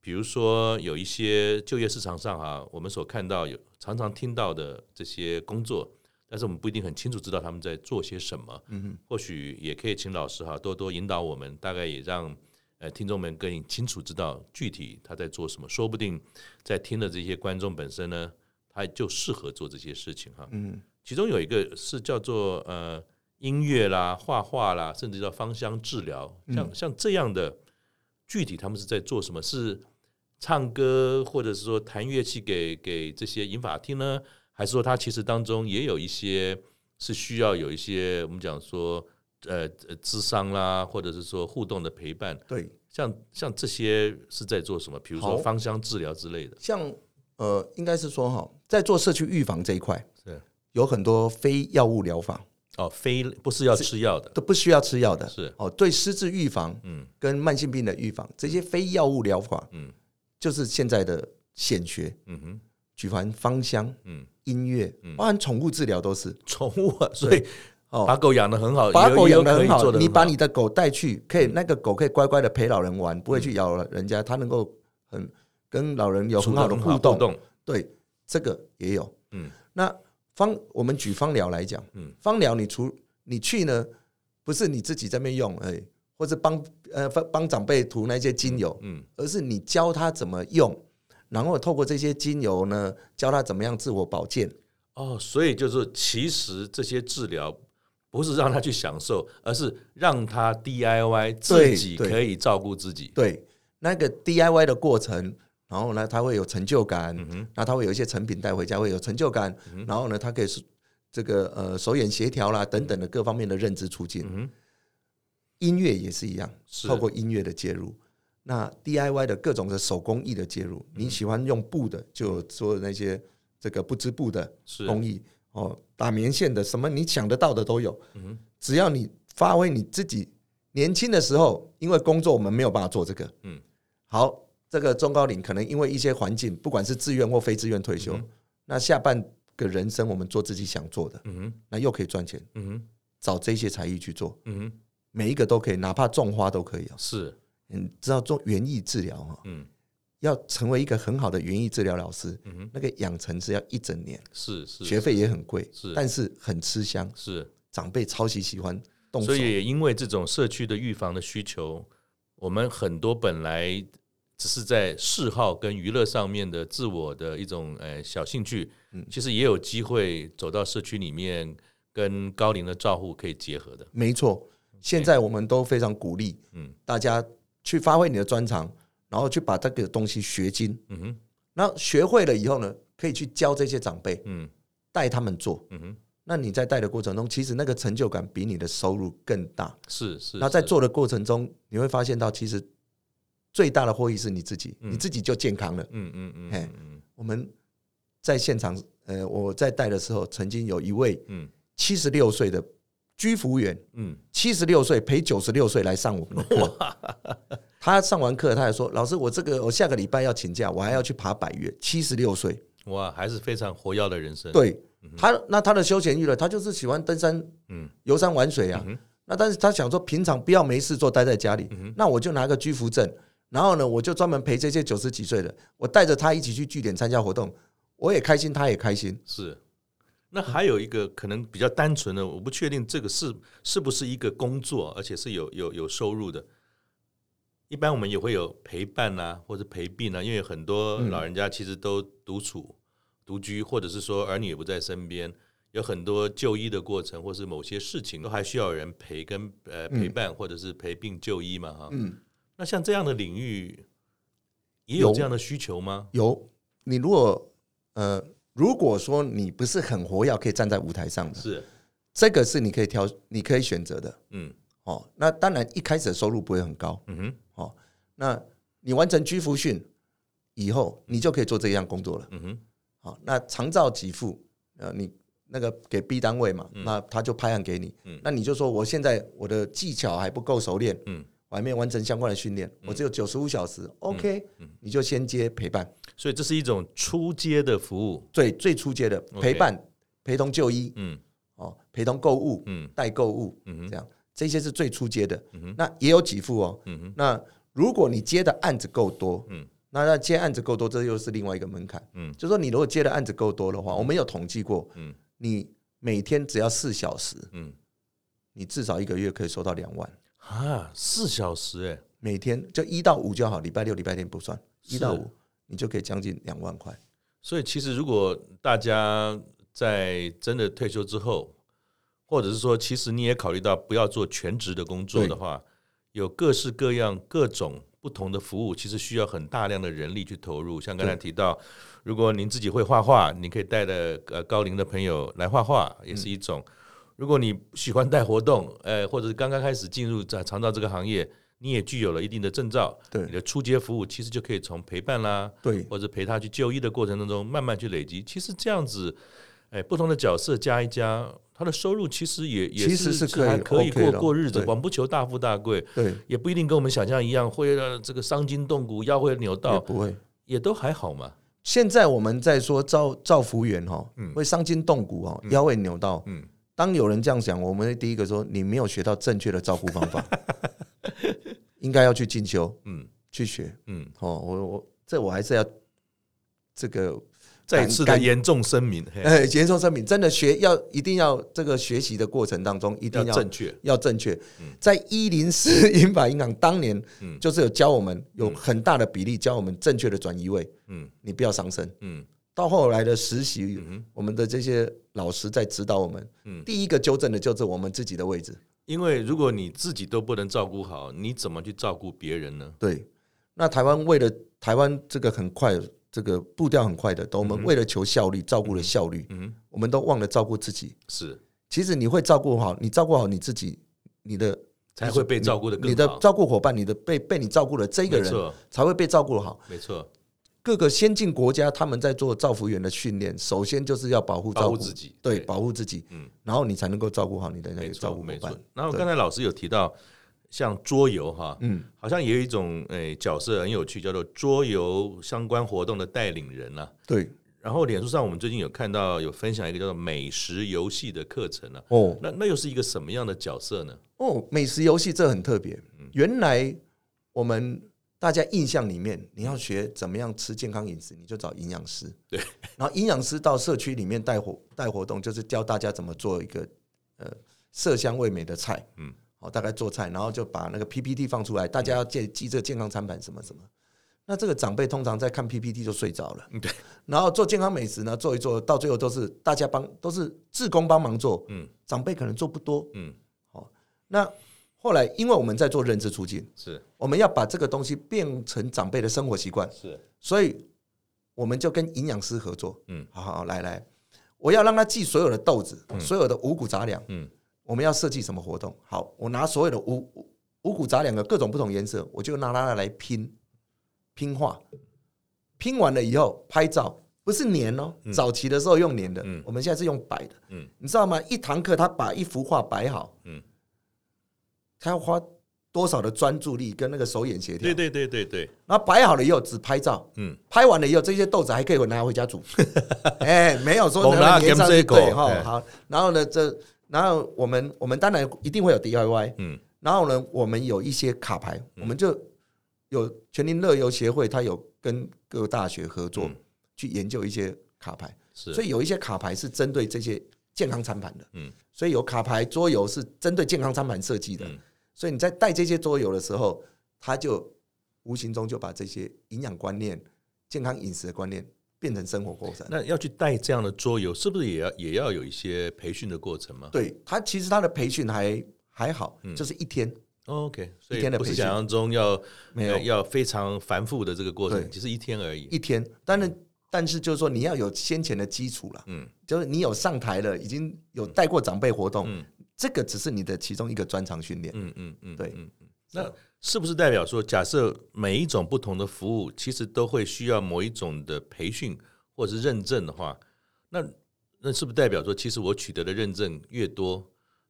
[SPEAKER 2] 比如说有一些就业市场上啊，我们所看到有常常听到的这些工作，但是我们不一定很清楚知道他们在做些什么。
[SPEAKER 3] 嗯哼。
[SPEAKER 2] 或许也可以请老师哈多多引导我们，大概也让呃听众们更清楚知道具体他在做什么。说不定在听的这些观众本身呢，他就适合做这些事情哈。
[SPEAKER 3] 嗯，
[SPEAKER 2] 其中有一个是叫做呃音乐啦、画画啦，甚至到芳香治疗，像、像这样的，具体他们是在做什么？是唱歌，或者是说弹乐器给给这些银发厅呢？还是说他其实当中也有一些是需要有一些我们讲说呃呃智商啦，或者是说互动的陪伴？
[SPEAKER 3] 对，
[SPEAKER 2] 像像这些是在做什么？比如说
[SPEAKER 3] 好
[SPEAKER 2] 芳香治疗之类的，
[SPEAKER 3] 像呃，应该是说哈，在做社区预防这一块，
[SPEAKER 2] 是
[SPEAKER 3] 有很多非药物疗法
[SPEAKER 2] 哦，非不是要吃药的，
[SPEAKER 3] 都不需要吃药的，
[SPEAKER 2] 是
[SPEAKER 3] 哦，对失智预防
[SPEAKER 2] 嗯
[SPEAKER 3] 跟慢性病的预防，这些非药物疗法
[SPEAKER 2] 嗯
[SPEAKER 3] 就是现在的显学，
[SPEAKER 2] 嗯哼
[SPEAKER 3] 举凡芳香、
[SPEAKER 2] 嗯。
[SPEAKER 3] 音乐，包含宠物治疗都是
[SPEAKER 2] 宠物啊，所以
[SPEAKER 3] 哦
[SPEAKER 2] 把狗养得很好，
[SPEAKER 3] 把
[SPEAKER 2] 也有
[SPEAKER 3] 狗
[SPEAKER 2] 也
[SPEAKER 3] 养
[SPEAKER 2] 有
[SPEAKER 3] 得
[SPEAKER 2] 可
[SPEAKER 3] 很
[SPEAKER 2] 以
[SPEAKER 3] 好
[SPEAKER 2] 做，得
[SPEAKER 3] 你把
[SPEAKER 2] 好嗯
[SPEAKER 3] 你的狗带去，可以那个狗可以乖乖的陪老人玩，不会去咬人家，它能够很跟老人有
[SPEAKER 2] 处
[SPEAKER 3] 很
[SPEAKER 2] 得
[SPEAKER 3] 好的
[SPEAKER 2] 很好
[SPEAKER 3] 互
[SPEAKER 2] 动，
[SPEAKER 3] 动，对，这个也有。
[SPEAKER 2] 嗯
[SPEAKER 3] 那芳，我们举芳疗来讲，
[SPEAKER 2] 嗯
[SPEAKER 3] 嗯，芳疗你除你去呢，不是你自己在那边用而已，或者帮呃帮帮长辈涂那些精油，
[SPEAKER 2] 嗯
[SPEAKER 3] 而是你教他怎么用，然后透过这些精油呢，教他怎么样自我保健。
[SPEAKER 2] 哦，所以就是其实这些治疗不是让他去享受，而是让他 DIY 自
[SPEAKER 3] 对
[SPEAKER 2] 己
[SPEAKER 3] 对
[SPEAKER 2] 可以照顾自己。
[SPEAKER 3] 对，那个 DIY 的过程，然后呢，他会有成就感，
[SPEAKER 2] 嗯哼
[SPEAKER 3] 那他会有一些成品带回家会有成就感，
[SPEAKER 2] 嗯
[SPEAKER 3] 然后呢，他可以是这个呃手眼协调啦等等的各方面的认知促进。
[SPEAKER 2] 嗯哼
[SPEAKER 3] 音乐也是一样，
[SPEAKER 2] 是
[SPEAKER 3] 透过音乐的介入，那 DIY 的各种的手工艺的介入，
[SPEAKER 2] 嗯
[SPEAKER 3] 你喜欢用布的，就有做那些这个不织布的
[SPEAKER 2] 是
[SPEAKER 3] 工艺哦，打棉线的，什么你想得到的都有。
[SPEAKER 2] 嗯哼
[SPEAKER 3] 只要你发挥你自己年轻的时候，因为工作我们没有办法做这个，
[SPEAKER 2] 嗯，
[SPEAKER 3] 好，这个中高龄可能因为一些环境，不管是自愿或非自愿退
[SPEAKER 2] 嗯
[SPEAKER 3] 休，那下半个人生我们做自己想做的，
[SPEAKER 2] 嗯哼
[SPEAKER 3] 那又可以赚钱，
[SPEAKER 2] 嗯哼
[SPEAKER 3] 找这些才艺去做，
[SPEAKER 2] 嗯哼，
[SPEAKER 3] 每一个都可以，哪怕种花都可以啊。
[SPEAKER 2] 是
[SPEAKER 3] 嗯，知道做园艺治疗哈，
[SPEAKER 2] 嗯
[SPEAKER 3] 要成为一个很好的园艺治疗老师，
[SPEAKER 2] 嗯哼，
[SPEAKER 3] 那个养成是要一整年，
[SPEAKER 2] 是是
[SPEAKER 3] 学费也很贵，
[SPEAKER 2] 是
[SPEAKER 3] 但是很吃香，
[SPEAKER 2] 是，
[SPEAKER 3] 长辈超级喜欢动手
[SPEAKER 2] 所以。也因为这种社区的预防的需求，我们很多本来只是在嗜好跟娱乐上面的自我的一种呃小兴趣，
[SPEAKER 3] 嗯
[SPEAKER 2] 其实也有机会走到社区里面跟高龄的照护可以结合的，
[SPEAKER 3] 没错，现在我们都非常鼓励
[SPEAKER 2] 嗯
[SPEAKER 3] 大家去发挥你的专长，然后去把这个东西学精。
[SPEAKER 2] 嗯哼
[SPEAKER 3] 那学会了以后呢，可以去教这些长辈，
[SPEAKER 2] 嗯
[SPEAKER 3] 带他们做。
[SPEAKER 2] 嗯哼，
[SPEAKER 3] 那你在带的过程中，其实那个成就感比你的收入更大。
[SPEAKER 2] 是是，
[SPEAKER 3] 那在
[SPEAKER 2] 是
[SPEAKER 3] 做的过程中，你会发现到其实最大的获益是你自己，
[SPEAKER 2] 嗯
[SPEAKER 3] 你自己就健康了。
[SPEAKER 2] 嗯嗯嗯
[SPEAKER 3] 嘿
[SPEAKER 2] 嗯嗯
[SPEAKER 3] 我们在现场，呃，我在带的时候，曾经有一位
[SPEAKER 2] 嗯
[SPEAKER 3] 七十六岁的居服务员，
[SPEAKER 2] 嗯
[SPEAKER 3] 七十六岁陪九十六岁来上我们的课。他上完课，他还说：“老师，我这个我下个礼拜要请假，我还要去爬百越。”七十六岁，
[SPEAKER 2] 嗯，哇，还是非常活跃的人生，，
[SPEAKER 3] 对他那他的休闲娱乐，他就是喜欢登山、
[SPEAKER 2] 嗯
[SPEAKER 3] 游山玩水啊。
[SPEAKER 2] 嗯哼
[SPEAKER 3] 那但是他想说，平常不要没事做，待在家里。
[SPEAKER 2] 嗯哼
[SPEAKER 3] 那我就拿个居服证，然后呢，我就专门陪这些九十几岁的，我带着他一起去据点参加活动，我也开心，他也开心。
[SPEAKER 2] 是。那还有一个可能比较单纯的，我不确定这个是是不是一个工作，而且是有有有收入的。一般我们也会有陪伴啊，或者陪病啊，因为很多
[SPEAKER 3] 嗯
[SPEAKER 2] 老人家其实都独处、独居，或者是说儿女也不在身边，有很多就医的过程，或是某些事情都还需要有人陪跟呃陪伴，或者是陪病就医嘛哈。
[SPEAKER 3] 嗯，
[SPEAKER 2] 那像这样的领域，也
[SPEAKER 3] 有
[SPEAKER 2] 有这样的需求吗？
[SPEAKER 3] 有你如果呃，如果说你不是很活跃，可以站在舞台上的，
[SPEAKER 2] 是，
[SPEAKER 3] 这个是你可以挑，你可以选择的
[SPEAKER 2] 嗯
[SPEAKER 3] 哦。那当然一开始的收入不会很高
[SPEAKER 2] 嗯哼
[SPEAKER 3] 哦。那你完成居服训以后，你就可以做这样工作了。
[SPEAKER 2] 嗯哼
[SPEAKER 3] 好、那长照给付，呃，你那个给 B 单位嘛，那他就派案给你，
[SPEAKER 2] 嗯
[SPEAKER 3] 那你就说我现在我的技巧还不够熟练，
[SPEAKER 2] 嗯。
[SPEAKER 3] 我还没有完成相关的训练，我只有九十五小时、o k
[SPEAKER 2] 嗯
[SPEAKER 3] 你就先接陪伴，
[SPEAKER 2] 所以这是一种出街的服务。
[SPEAKER 3] 最最初阶的
[SPEAKER 2] OK
[SPEAKER 3] 陪伴、陪同就医
[SPEAKER 2] 嗯
[SPEAKER 3] 哦，陪同购物、
[SPEAKER 2] 嗯
[SPEAKER 3] 代购物
[SPEAKER 2] 嗯哼
[SPEAKER 3] 这样，这些是最初阶的，
[SPEAKER 2] 嗯哼
[SPEAKER 3] 那也有给付哦，
[SPEAKER 2] 嗯哼
[SPEAKER 3] 那如果你接的案子够多，
[SPEAKER 2] 嗯
[SPEAKER 3] 嗯，那那接案子够多，这又是另外一个门槛，
[SPEAKER 2] 嗯
[SPEAKER 3] 嗯，就说你如果接的案子够多的话，我们有统计过，
[SPEAKER 2] 嗯
[SPEAKER 3] 嗯，你每天只要四小时，
[SPEAKER 2] 嗯
[SPEAKER 3] 你至少一个月可以收到两万，
[SPEAKER 2] 啊，四小时哎、
[SPEAKER 3] 每天就一到五就好，礼拜六、礼拜天不算，
[SPEAKER 2] 是
[SPEAKER 3] 一到五你就可以将近两万块，
[SPEAKER 2] 所以其实如果大家在真的退休之后，或者是说，其实你也考虑到不要做全职的工作的话，有各式各样、各种不同的服务，其实需要很大量的人力去投入。像刚才提到，如果您自己会画画，你可以带着呃高龄的朋友来画画，也是一种。如果你喜欢带活动，呃，或者是刚刚开始进入在长照这个行业，你也具有了一定的证照，
[SPEAKER 3] 对
[SPEAKER 2] 你的出街服务其实就可以从陪伴啦，
[SPEAKER 3] 对
[SPEAKER 2] 或者陪他去就医的过程当中，慢慢去累积。其实这样子，哎，不同的角色加一加，他的收入其实也也
[SPEAKER 3] 其实是
[SPEAKER 2] 是
[SPEAKER 3] 可以
[SPEAKER 2] 还可以
[SPEAKER 3] OK
[SPEAKER 2] 过
[SPEAKER 3] 的
[SPEAKER 2] 过日子，
[SPEAKER 3] 对
[SPEAKER 2] 我们不求大富大贵，
[SPEAKER 3] 对，
[SPEAKER 2] 也不一定跟我们想象一样会让这个伤筋动骨、腰会扭
[SPEAKER 3] 也
[SPEAKER 2] 到，
[SPEAKER 3] 不会。
[SPEAKER 2] 也都还好嘛。
[SPEAKER 3] 现在我们在说造造福员哈、哦，
[SPEAKER 2] 嗯
[SPEAKER 3] 会伤筋动骨哦，腰会扭到。
[SPEAKER 2] 嗯
[SPEAKER 3] 当有人这样讲，我们会第一个说你没有学到正确的照顾方 法，应该要去进修
[SPEAKER 2] 嗯
[SPEAKER 3] 去学。
[SPEAKER 2] 嗯，
[SPEAKER 3] 哦，我我这我还是要这个
[SPEAKER 2] 再次的
[SPEAKER 3] 感
[SPEAKER 2] 严重声明，嘿
[SPEAKER 3] 呃严重声明，真的学要一定要这个学习的过程当中 一
[SPEAKER 2] 要
[SPEAKER 3] 定要
[SPEAKER 2] 正确。
[SPEAKER 3] 要正确。在一零 四英法银行当年
[SPEAKER 2] 嗯
[SPEAKER 3] 就是有教我们有很大的比例教我们正确的转移位，
[SPEAKER 2] 嗯
[SPEAKER 3] 你不要伤身。
[SPEAKER 2] 嗯
[SPEAKER 3] 到后来的实习，
[SPEAKER 2] 嗯哼
[SPEAKER 3] 我们的这些老师在指导我们，
[SPEAKER 2] 嗯，
[SPEAKER 3] 第一个纠正的就是我们自己的位置。
[SPEAKER 2] 因为如果你自己都不能照顾好，你怎么去照顾别人呢？
[SPEAKER 3] 对，那台湾为了台湾这个很快，这个步调很快的，都我们为了求效率，照顾了效率，
[SPEAKER 2] 嗯，
[SPEAKER 3] 我们都忘了照顾自己。
[SPEAKER 2] 是
[SPEAKER 3] 其实你会照顾好，你照顾好你自己，你的
[SPEAKER 2] 才会被照顾的更好。
[SPEAKER 3] 你的照顾伙伴，你的被被你照顾的这个
[SPEAKER 2] 没
[SPEAKER 3] 人
[SPEAKER 2] 错，
[SPEAKER 3] 才会被照顾好。
[SPEAKER 2] 没错，
[SPEAKER 3] 各个先进国家他们在做照服员的训练，首先就是要保护
[SPEAKER 2] 保
[SPEAKER 3] 照
[SPEAKER 2] 护
[SPEAKER 3] 顾
[SPEAKER 2] 自，己，
[SPEAKER 3] 对，保护自己，
[SPEAKER 2] 嗯
[SPEAKER 3] 然后你才能够照顾好你的那
[SPEAKER 2] 没
[SPEAKER 3] 个
[SPEAKER 2] 错
[SPEAKER 3] 照顾伙
[SPEAKER 2] 没错
[SPEAKER 3] 伴。。
[SPEAKER 2] 然后
[SPEAKER 3] 对
[SPEAKER 2] 刚才老师有提到，像桌游哈，
[SPEAKER 3] 嗯，
[SPEAKER 2] 好像也有一种诶、角色很有趣，叫做桌游相关活动的带领人啊。
[SPEAKER 3] 对，
[SPEAKER 2] 然后脸书上我们最近有看到有分享一个叫做美食游戏的课程啊，
[SPEAKER 3] 哦
[SPEAKER 2] 那那又是一个什么样的角色呢？嗯
[SPEAKER 3] 哦，美食游戏这很特别。原来我们大家印象里面，你要学怎么样吃健康饮食，你就找营养师。
[SPEAKER 2] 对，
[SPEAKER 3] 然后营养师到社区里面带活带活动，就是教大家怎么做一个呃色香味美的菜。
[SPEAKER 2] 嗯，
[SPEAKER 3] 好，大概做菜，然后就把那个 PPT 放出来，大家要记记这健康餐盘什么什么。那这个长辈通常在看 PPT 就睡着了。
[SPEAKER 2] 嗯对，
[SPEAKER 3] 然后做健康美食呢，做一做，到最后都是大家帮，都是志工帮忙做，
[SPEAKER 2] 嗯
[SPEAKER 3] 长辈可能做不多。
[SPEAKER 2] 嗯，
[SPEAKER 3] 那后来，因为我们在做认知促进，
[SPEAKER 2] 是
[SPEAKER 3] 我们要把这个东西变成长辈的生活习惯，
[SPEAKER 2] 是，
[SPEAKER 3] 所以我们就跟营养师合作。
[SPEAKER 2] 嗯，
[SPEAKER 3] 好好好，来来，我要让他记所有的豆子，所有的五谷杂粮。
[SPEAKER 2] 嗯
[SPEAKER 3] 我们要设计什么活动？好，我拿所有的五五五谷杂粮的各种不同颜色，我就拿它来拼拼画，拼完了以后拍照，不是粘哦，早期的时候用粘的，
[SPEAKER 2] 嗯
[SPEAKER 3] 我们现在是用摆的，
[SPEAKER 2] 嗯
[SPEAKER 3] 你知道吗？一堂课他把一幅画摆好，
[SPEAKER 2] 嗯，
[SPEAKER 3] 他要花多少的专注力跟那个手眼协调？
[SPEAKER 2] 对对对对对，
[SPEAKER 3] 然后摆好了以后只拍照，
[SPEAKER 2] 嗯，
[SPEAKER 3] 拍完了以后，这些豆子还可以拿回家 煮。哎，没有说
[SPEAKER 2] 猛
[SPEAKER 3] 拿
[SPEAKER 2] 拿
[SPEAKER 3] 来粘上
[SPEAKER 2] game
[SPEAKER 3] 去
[SPEAKER 2] circle，
[SPEAKER 3] 对哈
[SPEAKER 2] 哎。
[SPEAKER 3] 好，然后呢，这然后我们我们当然一定会有 DIY，
[SPEAKER 2] 嗯
[SPEAKER 3] 然后呢，我们有一些卡牌，我们就有全民乐游协会，它有跟各大学合作
[SPEAKER 2] 嗯
[SPEAKER 3] 去研究一些卡牌，
[SPEAKER 2] 是，
[SPEAKER 3] 所以有一些卡牌是针对这些健康餐盘的，
[SPEAKER 2] 嗯
[SPEAKER 3] 所以有卡牌桌游是针对健康餐盘设计的
[SPEAKER 2] 嗯，
[SPEAKER 3] 所以你在带这些桌游的时候，它就无形中就把这些营养观念、健康饮食的观念变成生活过程。
[SPEAKER 2] 那要去带这样的桌游，是不是也要也要有一些培训的过程吗？
[SPEAKER 3] 对它其实它的培训还还好，
[SPEAKER 2] 嗯
[SPEAKER 3] 就是一天
[SPEAKER 2] OK，所
[SPEAKER 3] 一
[SPEAKER 2] 以
[SPEAKER 3] 天的
[SPEAKER 2] 不是
[SPEAKER 3] 培训
[SPEAKER 2] 想象中要
[SPEAKER 3] 没有
[SPEAKER 2] 呃要非常繁复的这个过程，
[SPEAKER 3] 对
[SPEAKER 2] 其实一天而已。
[SPEAKER 3] 一天，当然。但是就是说，你要有先前的基础啦，
[SPEAKER 2] 嗯
[SPEAKER 3] 就是你有上台了，已经有带过长辈活动，
[SPEAKER 2] 嗯
[SPEAKER 3] 这个只是你的其中一个专长训练。
[SPEAKER 2] 嗯嗯嗯，
[SPEAKER 3] 对
[SPEAKER 2] 嗯嗯。那是不是代表说，假设每一种不同的服务，其实都会需要某一种的培训或者是认证的话，那那是不是代表说，其实我取得的认证越多，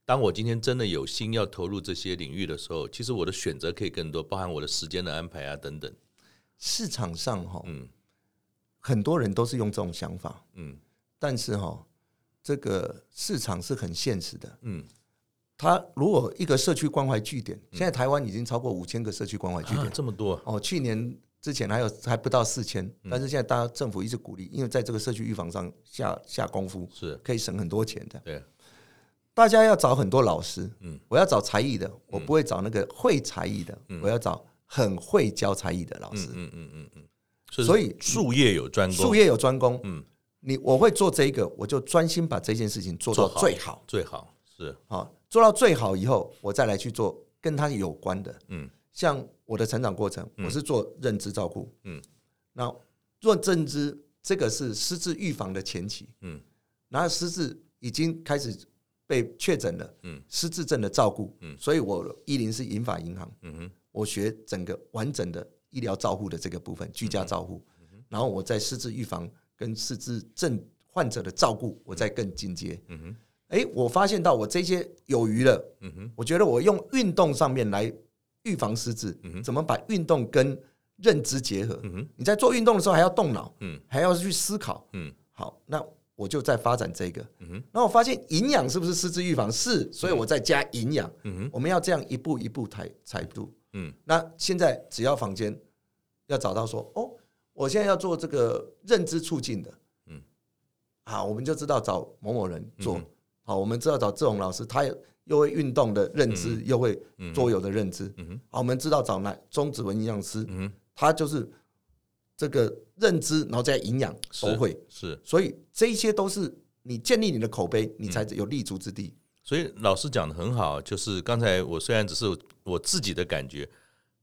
[SPEAKER 2] 当我今天真的有心要投入这些领域的时候，其实我的选择可以更多，包含我的时间的安排啊等等。
[SPEAKER 3] 市场上哈，
[SPEAKER 2] 嗯
[SPEAKER 3] 很多人都是用这种想法，
[SPEAKER 2] 嗯
[SPEAKER 3] 但是哈，这个市场是很现实的。
[SPEAKER 2] 嗯，
[SPEAKER 3] 它如果一个社区关怀据点，现在台湾已经超过五千个社区关怀据
[SPEAKER 2] 啊
[SPEAKER 3] 点，
[SPEAKER 2] 这么多啊，
[SPEAKER 3] 哦，去年之前还有还不到四千，
[SPEAKER 2] 嗯
[SPEAKER 3] 但是现在大家政府一直鼓励，因为在这个社区预防上下下功夫，
[SPEAKER 2] 是
[SPEAKER 3] 可以省很多钱的。
[SPEAKER 2] 对，
[SPEAKER 3] 大家要找很多老师，
[SPEAKER 2] 嗯
[SPEAKER 3] 我要找才艺的，我不会找那个会才艺的，我要找很会教才艺的老师
[SPEAKER 2] 嗯。嗯嗯嗯嗯，所
[SPEAKER 3] 所以
[SPEAKER 2] 术业有专攻，
[SPEAKER 3] 术业有专攻，
[SPEAKER 2] 嗯
[SPEAKER 3] 你我会做这一个，我就专心把这件事情做到
[SPEAKER 2] 做好
[SPEAKER 3] 最好，
[SPEAKER 2] 最好是
[SPEAKER 3] 好、做到最好以后，我再来去做跟它有关的。
[SPEAKER 2] 嗯
[SPEAKER 3] 像我的成长过程，我是做认知照顾，
[SPEAKER 2] 嗯，
[SPEAKER 3] 那做认知这个是失智预防的前期，
[SPEAKER 2] 嗯
[SPEAKER 3] 然后失智已经开始被确诊了，
[SPEAKER 2] 嗯，
[SPEAKER 3] 失智症的照顾，
[SPEAKER 2] 嗯
[SPEAKER 3] 所以我一零是银发银行，
[SPEAKER 2] 嗯哼
[SPEAKER 3] 我学整个完整的医疗照护的这个部分，居家照护，
[SPEAKER 2] 嗯
[SPEAKER 3] 然后我在失智预防跟失智症患者的照顾，我再更进阶。
[SPEAKER 2] 嗯哼
[SPEAKER 3] 诶，我发现到我这些有余了，
[SPEAKER 2] 嗯哼
[SPEAKER 3] 我觉得我用运动上面来预防失智，
[SPEAKER 2] 嗯哼
[SPEAKER 3] 怎么把运动跟认知结合？
[SPEAKER 2] 嗯哼
[SPEAKER 3] 你在做运动的时候还要动脑，
[SPEAKER 2] 嗯
[SPEAKER 3] 还要去思考。
[SPEAKER 2] 嗯
[SPEAKER 3] 好，那我就在发展这个。
[SPEAKER 2] 嗯哼
[SPEAKER 3] 然后我发现营养是不是失智预防？是，所以我再加营养。
[SPEAKER 2] 嗯哼
[SPEAKER 3] 我们要这样一步一步抬踩度。
[SPEAKER 2] 嗯
[SPEAKER 3] 那现在只要房间要找到说，哦，我现在要做这个认知促进的，
[SPEAKER 2] 嗯
[SPEAKER 3] 嗯，好，我们就知道找某某人做。
[SPEAKER 2] 嗯
[SPEAKER 3] 好，我们知道找志宏老师，他又会运动的认知，又会桌游的认知。
[SPEAKER 2] 嗯哼
[SPEAKER 3] 好，我们知道找哪钟子文营养师，
[SPEAKER 2] 嗯
[SPEAKER 3] 他就是这个认知，然后再营养
[SPEAKER 2] 是
[SPEAKER 3] 都会。
[SPEAKER 2] 哼是，
[SPEAKER 3] 所以这一些都是你建立你的口碑，你
[SPEAKER 2] 嗯
[SPEAKER 3] 才有立足之地。
[SPEAKER 2] 所以老师讲的很好，就是刚才我虽然只是我自己的感觉，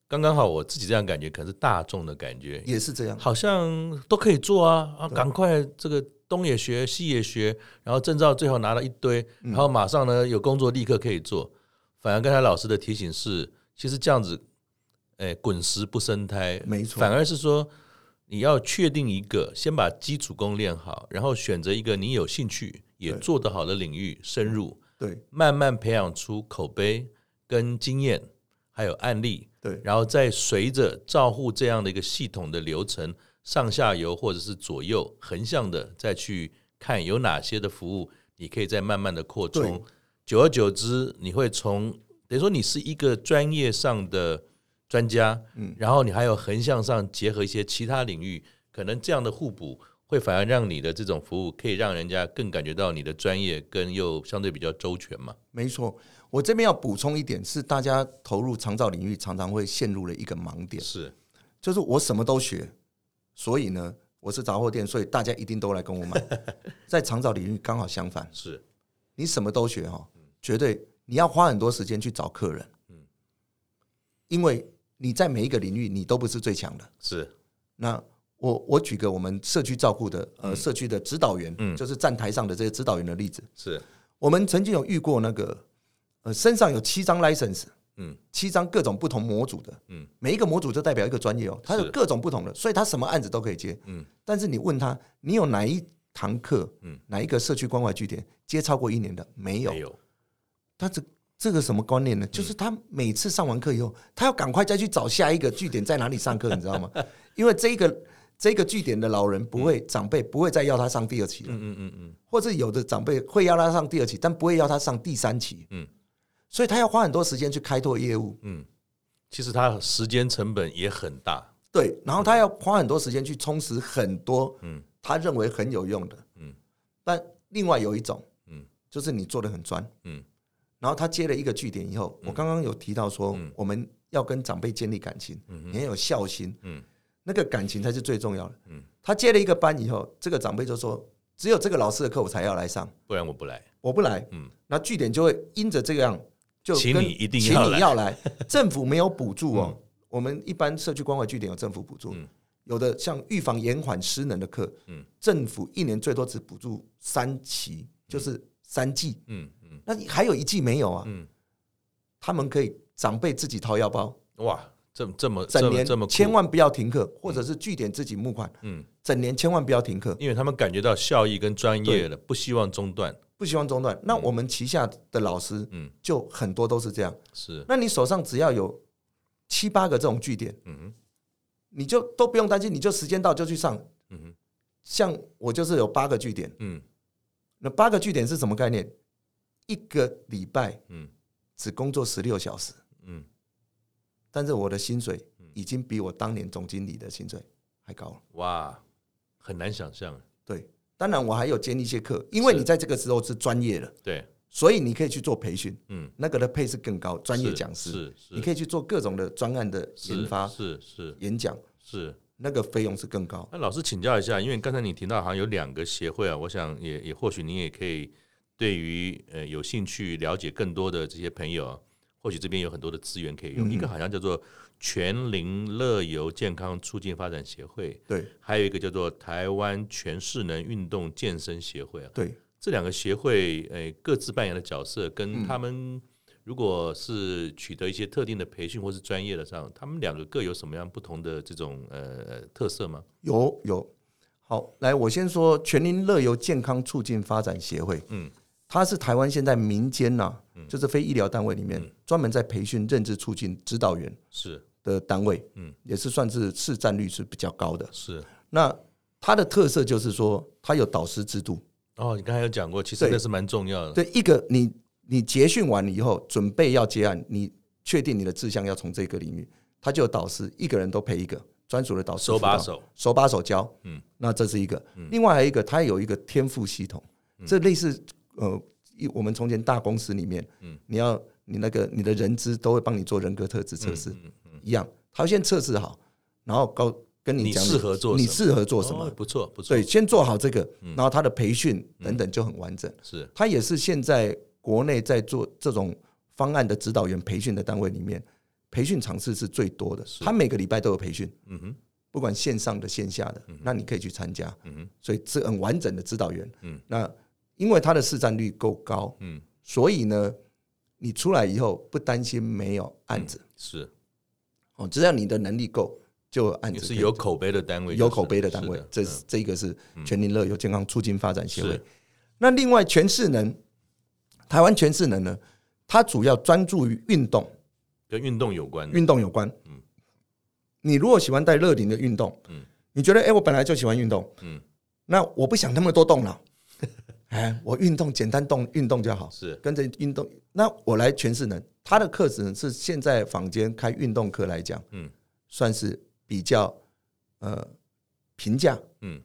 [SPEAKER 2] 刚刚好我自己这样感觉，可能是大众的感觉，
[SPEAKER 3] 也是这样。
[SPEAKER 2] 好像都可以做啊啊，赶快这个东也学西也学，然后证照最好拿了一堆，
[SPEAKER 3] 嗯
[SPEAKER 2] 然后马上呢有工作立刻可以做。反而刚才老师的提醒是，其实这样子，哎，滚石不生胎，
[SPEAKER 3] 没错
[SPEAKER 2] 反而是说你要确定一个，先把基础功练好，然后选择一个你有兴趣也
[SPEAKER 3] 对
[SPEAKER 2] 做得好的领域深入，
[SPEAKER 3] 对
[SPEAKER 2] 慢慢培养出口碑跟经验，还有案例。
[SPEAKER 3] 对
[SPEAKER 2] 然后再随着照护这样的一个系统的流程，上下游或者是左右横向的再去看有哪些的服务，你可以再慢慢的扩充
[SPEAKER 3] 对。
[SPEAKER 2] 久而久之，你会从等于说你是一个专业上的专家，
[SPEAKER 3] 嗯
[SPEAKER 2] 然后你还有横向上结合一些其他领域，可能这样的互补会反而让你的这种服务可以让人家更感觉到你的专业跟又相对比较周全嘛。
[SPEAKER 3] 没错，我这边要补充一点，是大家投入长照领域常常会陷入了一个盲点，
[SPEAKER 2] 是，
[SPEAKER 3] 就是我什么都学，所以呢，我是杂货店，所以大家一定都来跟我买。在长照领域刚好相反，
[SPEAKER 2] 是，
[SPEAKER 3] 你什么都学哈，绝对你要花很多时间去找客人，因为你在每一个领域你都不是最强的。
[SPEAKER 2] 是，
[SPEAKER 3] 那我我举个我们社区照顾的呃社区的指导员，
[SPEAKER 2] 嗯
[SPEAKER 3] 就是站台上的这些指导员的例子，
[SPEAKER 2] 是，
[SPEAKER 3] 我们曾经有遇过那个呃身上有七张 license。
[SPEAKER 2] 嗯，
[SPEAKER 3] 七张各种不同模组的，
[SPEAKER 2] 嗯
[SPEAKER 3] 嗯，每一个模组就代表一个专业哦，它有各种不同的，所以他什么案子都可以接，
[SPEAKER 2] 嗯
[SPEAKER 3] 嗯。但是你问他，你有哪一堂课，
[SPEAKER 2] 嗯
[SPEAKER 3] 嗯，哪一个社区关怀据点接超过一年的没有
[SPEAKER 2] 没？有，嗯
[SPEAKER 3] 他这这个什么观念呢？就是他每次上完课以后，他要赶快再去找下一个据点在哪里上课，你知 道吗？因为这个这个据点的老人不会、长辈不会再要他上第二期了，
[SPEAKER 2] 嗯嗯嗯嗯，
[SPEAKER 3] 或者有的长辈会要他上第二期，但不会要他上第三期，
[SPEAKER 2] 嗯
[SPEAKER 3] 嗯。所以他要花很多时间去开拓业务，
[SPEAKER 2] 其实它时间成本也很大，
[SPEAKER 3] 对，然后他要花很多时间去充实很多，
[SPEAKER 2] 嗯
[SPEAKER 3] 嗯，他认为很有用的，
[SPEAKER 2] 嗯
[SPEAKER 3] 嗯，但另外有一种，
[SPEAKER 2] 嗯
[SPEAKER 3] 嗯，就是你做的很专，
[SPEAKER 2] 嗯
[SPEAKER 3] 嗯，然后他接了一个据点以后，我刚刚有提到说，我们要跟长辈建立感情，你要有孝心，
[SPEAKER 2] 嗯
[SPEAKER 3] 嗯，那个感情才是最重要的，
[SPEAKER 2] 嗯
[SPEAKER 3] 嗯，他接了一个班以后，这个长辈就说，只有这个老师的课我才要来上，
[SPEAKER 2] 不然我不来。
[SPEAKER 3] 我不来，
[SPEAKER 2] 嗯
[SPEAKER 3] 嗯，那据点就会因着这样，就
[SPEAKER 2] 请
[SPEAKER 3] 跟
[SPEAKER 2] 你一定
[SPEAKER 3] 请
[SPEAKER 2] 要
[SPEAKER 3] 你
[SPEAKER 2] 来
[SPEAKER 3] 要 来，政府没有补助哦。我们一般社区关怀据点有政府补助，
[SPEAKER 2] 嗯
[SPEAKER 3] 有的像预防延缓失能的课，
[SPEAKER 2] 嗯
[SPEAKER 3] 政府一年最多只补助三期，就是三季，
[SPEAKER 2] 嗯嗯
[SPEAKER 3] 那你还有一季没有啊？
[SPEAKER 2] 嗯，
[SPEAKER 3] 他们可以长辈自己掏腰包，
[SPEAKER 2] 哇，这这么这
[SPEAKER 3] 整
[SPEAKER 2] 么
[SPEAKER 3] 年
[SPEAKER 2] 这么酷
[SPEAKER 3] 千，万不要停课，或者是据点自己募款，
[SPEAKER 2] 嗯，
[SPEAKER 3] 整年千万不要停课，
[SPEAKER 2] 因为他们感觉到效益跟专业了，不希望中断。
[SPEAKER 3] 不希望中断。那我们旗下的老师，
[SPEAKER 2] 嗯
[SPEAKER 3] 嗯，就很多都是这样。
[SPEAKER 2] 是，
[SPEAKER 3] 那你手上只要有七八个这种据点，
[SPEAKER 2] 嗯哼
[SPEAKER 3] 你就都不用担心，你就时间到就去上。
[SPEAKER 2] 嗯哼
[SPEAKER 3] 像我就是有八个据点，
[SPEAKER 2] 嗯
[SPEAKER 3] 那八个据点是什么概念？一个礼拜
[SPEAKER 2] 嗯
[SPEAKER 3] 只工作十六小时，
[SPEAKER 2] 嗯，
[SPEAKER 3] 但是我的薪水已经比我当年总经理的薪水还高了。
[SPEAKER 2] 哇，很难想象。
[SPEAKER 3] 对，当然我还有兼一些课，因为
[SPEAKER 2] 是
[SPEAKER 3] 你在这个时候是专业的，
[SPEAKER 2] 对，
[SPEAKER 3] 所以你可以去做培训，
[SPEAKER 2] 嗯，
[SPEAKER 3] 那个的配是更高，专业
[SPEAKER 2] 是
[SPEAKER 3] 讲师，
[SPEAKER 2] 是是，
[SPEAKER 3] 你可以去做各种的专案的
[SPEAKER 2] 是
[SPEAKER 3] 研发、
[SPEAKER 2] 是是
[SPEAKER 3] 演讲，
[SPEAKER 2] 是。
[SPEAKER 3] 那个费用是更高。
[SPEAKER 2] 那老师请教一下，因为刚才你提到好像有两个协会啊，我想也也或许你也可以对于呃有兴趣了解更多的这些朋友啊，或许这边有很多的资源可以用。一个好像叫做全龄乐游健康促进发展协会，
[SPEAKER 3] 对
[SPEAKER 2] 还有一个叫做台湾全势能运动健身协会啊。
[SPEAKER 3] 对，
[SPEAKER 2] 这两个协会诶各自扮演的角色，跟他们如果是取得一些特定的培训或是专业的上，他们两个各有什么样不同的这种呃特色吗？
[SPEAKER 3] 有有，好，来，我先说全龄乐游健康促进发展协会，
[SPEAKER 2] 嗯
[SPEAKER 3] 嗯，它是台湾现在民间呐、就是非医疗单位里
[SPEAKER 2] 嗯
[SPEAKER 3] 面专门在培训认知促进指导员
[SPEAKER 2] 是
[SPEAKER 3] 的单位，
[SPEAKER 2] 嗯
[SPEAKER 3] 嗯，也是算是市占率是比较高的。
[SPEAKER 2] 是
[SPEAKER 3] 那它的特色就是说，它有导师制度，
[SPEAKER 2] 哦，你刚才有讲过，其实
[SPEAKER 3] 对
[SPEAKER 2] 那是蛮重要的。
[SPEAKER 3] 对一个你你结训完以后，准备要接案，你确定你的志向要从这个领域，它就有导师，一个人都配一个专属的导师
[SPEAKER 2] 手
[SPEAKER 3] 辅
[SPEAKER 2] 把
[SPEAKER 3] 导
[SPEAKER 2] 手，
[SPEAKER 3] 手把手教，
[SPEAKER 2] 嗯
[SPEAKER 3] 嗯，那这是一个。另外还有一个，它有一个天赋系统，
[SPEAKER 2] 嗯
[SPEAKER 3] 这类似呃，一我们从前大公司里面，嗯，你要你那个你的人资都会帮你做人格特质测
[SPEAKER 2] 嗯
[SPEAKER 3] 试，一样，他会先测试好，然后告跟
[SPEAKER 2] 你
[SPEAKER 3] 讲
[SPEAKER 2] 适合做
[SPEAKER 3] 你
[SPEAKER 2] 什么
[SPEAKER 3] 适合做什么
[SPEAKER 2] 哦，不错嗯不错
[SPEAKER 3] 对，，先做好这个，然后他的培训等等就很完整。
[SPEAKER 2] 是
[SPEAKER 3] 它也是现在国内在做这种方案的指导员培训的单位里面，培训场次是最多的。它每个礼拜都有培训，
[SPEAKER 2] 嗯哼
[SPEAKER 3] 不管线上的线下的，那你可以去参加。
[SPEAKER 2] 嗯哼
[SPEAKER 3] 所以是很完整的指导员。
[SPEAKER 2] 嗯
[SPEAKER 3] 那因为它的市占率够高，
[SPEAKER 2] 嗯
[SPEAKER 3] 所以呢，你出来以后不担心没有案子、
[SPEAKER 2] 是，
[SPEAKER 3] 哦，只要你的能力够，就有案
[SPEAKER 2] 也
[SPEAKER 3] 子
[SPEAKER 2] 是
[SPEAKER 3] 可以
[SPEAKER 2] 有口碑的单位就是，
[SPEAKER 3] 有口碑的单位
[SPEAKER 2] 是的，
[SPEAKER 3] 这
[SPEAKER 2] 嗯
[SPEAKER 3] 是这一个是全民乐游健康促进发展协会
[SPEAKER 2] 是。
[SPEAKER 3] 那另外全势能，台湾全势能呢，它主要专注于运动，
[SPEAKER 2] 跟运动有关的。
[SPEAKER 3] 运动有关。
[SPEAKER 2] 嗯
[SPEAKER 3] 你如果喜欢带热龄的运动，
[SPEAKER 2] 嗯
[SPEAKER 3] 你觉得哎、诶我本来就喜欢运动，
[SPEAKER 2] 嗯
[SPEAKER 3] 那我不想那么多动脑，哎，我运动简单动运动就好，
[SPEAKER 2] 是
[SPEAKER 3] 跟着运动。那我来全是能，他的课程是现在坊间开运动课来讲，
[SPEAKER 2] 嗯
[SPEAKER 3] 算是比较呃平价
[SPEAKER 2] 嗯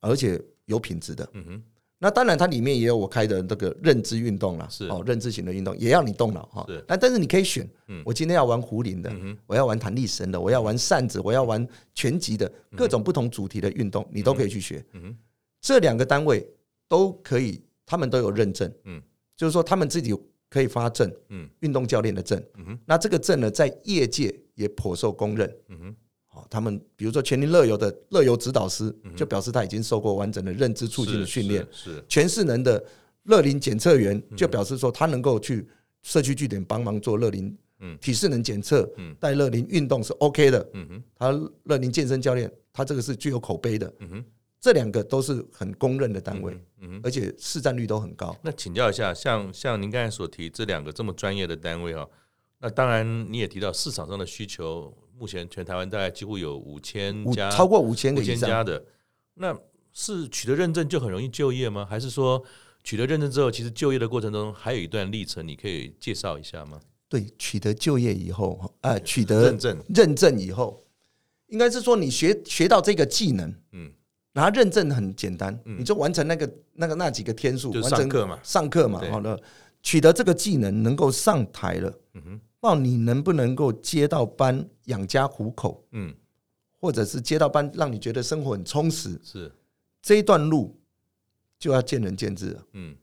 [SPEAKER 3] 而且有品质的。
[SPEAKER 2] 嗯哼，
[SPEAKER 3] 那当然，它里面也有我开的那个认知运动啦，
[SPEAKER 2] 是
[SPEAKER 3] 哦，认知型的运动也要你动脑哈
[SPEAKER 2] 是。
[SPEAKER 3] 那但是你可以选
[SPEAKER 2] 嗯，
[SPEAKER 3] 我今天要玩壶铃的
[SPEAKER 2] 嗯哼，
[SPEAKER 3] 我要玩弹力绳的，我要玩扇
[SPEAKER 2] 嗯
[SPEAKER 3] 子，我要玩拳击的，各种不同主题的运动，你都可以去学。
[SPEAKER 2] 嗯哼，
[SPEAKER 3] 这两个单位都可以，他们都有认证，
[SPEAKER 2] 嗯
[SPEAKER 3] 嗯，就是说他们自己可以发证，
[SPEAKER 2] 嗯
[SPEAKER 3] 嗯，运动教练的证，
[SPEAKER 2] 嗯哼
[SPEAKER 3] 嗯，那这个证呢，在业界也颇受公认，
[SPEAKER 2] 嗯哼，
[SPEAKER 3] 哦，他们比如说全民乐游的乐游指导师，就表示他已经受过完整的认知促进的训练，
[SPEAKER 2] 嗯是嗯是
[SPEAKER 3] 全势能的乐龄检测员就表示说，他能够去社区据点帮忙做乐龄
[SPEAKER 2] 嗯
[SPEAKER 3] 体适能检测
[SPEAKER 2] 嗯，
[SPEAKER 3] 带乐龄运动是 OK 的，
[SPEAKER 2] 嗯哼
[SPEAKER 3] 他乐龄健身教练，他这个是具有口碑的，
[SPEAKER 2] 嗯哼，
[SPEAKER 3] 这两个都是很公认的单位，
[SPEAKER 2] 嗯哼。
[SPEAKER 3] 而且市占率都很高。
[SPEAKER 2] 那请教一下，像像您刚才所提这两个这么专业的单位啊、那当然你也提到市场上的需求，目前全台湾大概几乎有五千
[SPEAKER 3] 五
[SPEAKER 2] 家
[SPEAKER 3] 超过五千
[SPEAKER 2] 五
[SPEAKER 3] 个以
[SPEAKER 2] 千
[SPEAKER 3] 上，
[SPEAKER 2] 家的，那是取得认证就很容易就业吗？还是说取得认证之后，其实就业的过程中还有一段历程，你可以介绍一下吗？
[SPEAKER 3] 对，取得就业以后，呃，取得
[SPEAKER 2] 认证，
[SPEAKER 3] 认证以后，应该是说你学学到这个技能，
[SPEAKER 2] 嗯，
[SPEAKER 3] 然后认证很简单，
[SPEAKER 2] 嗯
[SPEAKER 3] 你就完成那个那个那几个天数，
[SPEAKER 2] 就是
[SPEAKER 3] 完
[SPEAKER 2] 上
[SPEAKER 3] 成
[SPEAKER 2] 课嘛，
[SPEAKER 3] 上课嘛，
[SPEAKER 2] 对
[SPEAKER 3] 好了，取得这个技能能够上台了，
[SPEAKER 2] 嗯哼，
[SPEAKER 3] 那你能不能够接到班养家糊口，
[SPEAKER 2] 嗯，
[SPEAKER 3] 或者是接到班让你觉得生活很充实，
[SPEAKER 2] 是，
[SPEAKER 3] 这一段路就要见仁见智了。
[SPEAKER 2] 嗯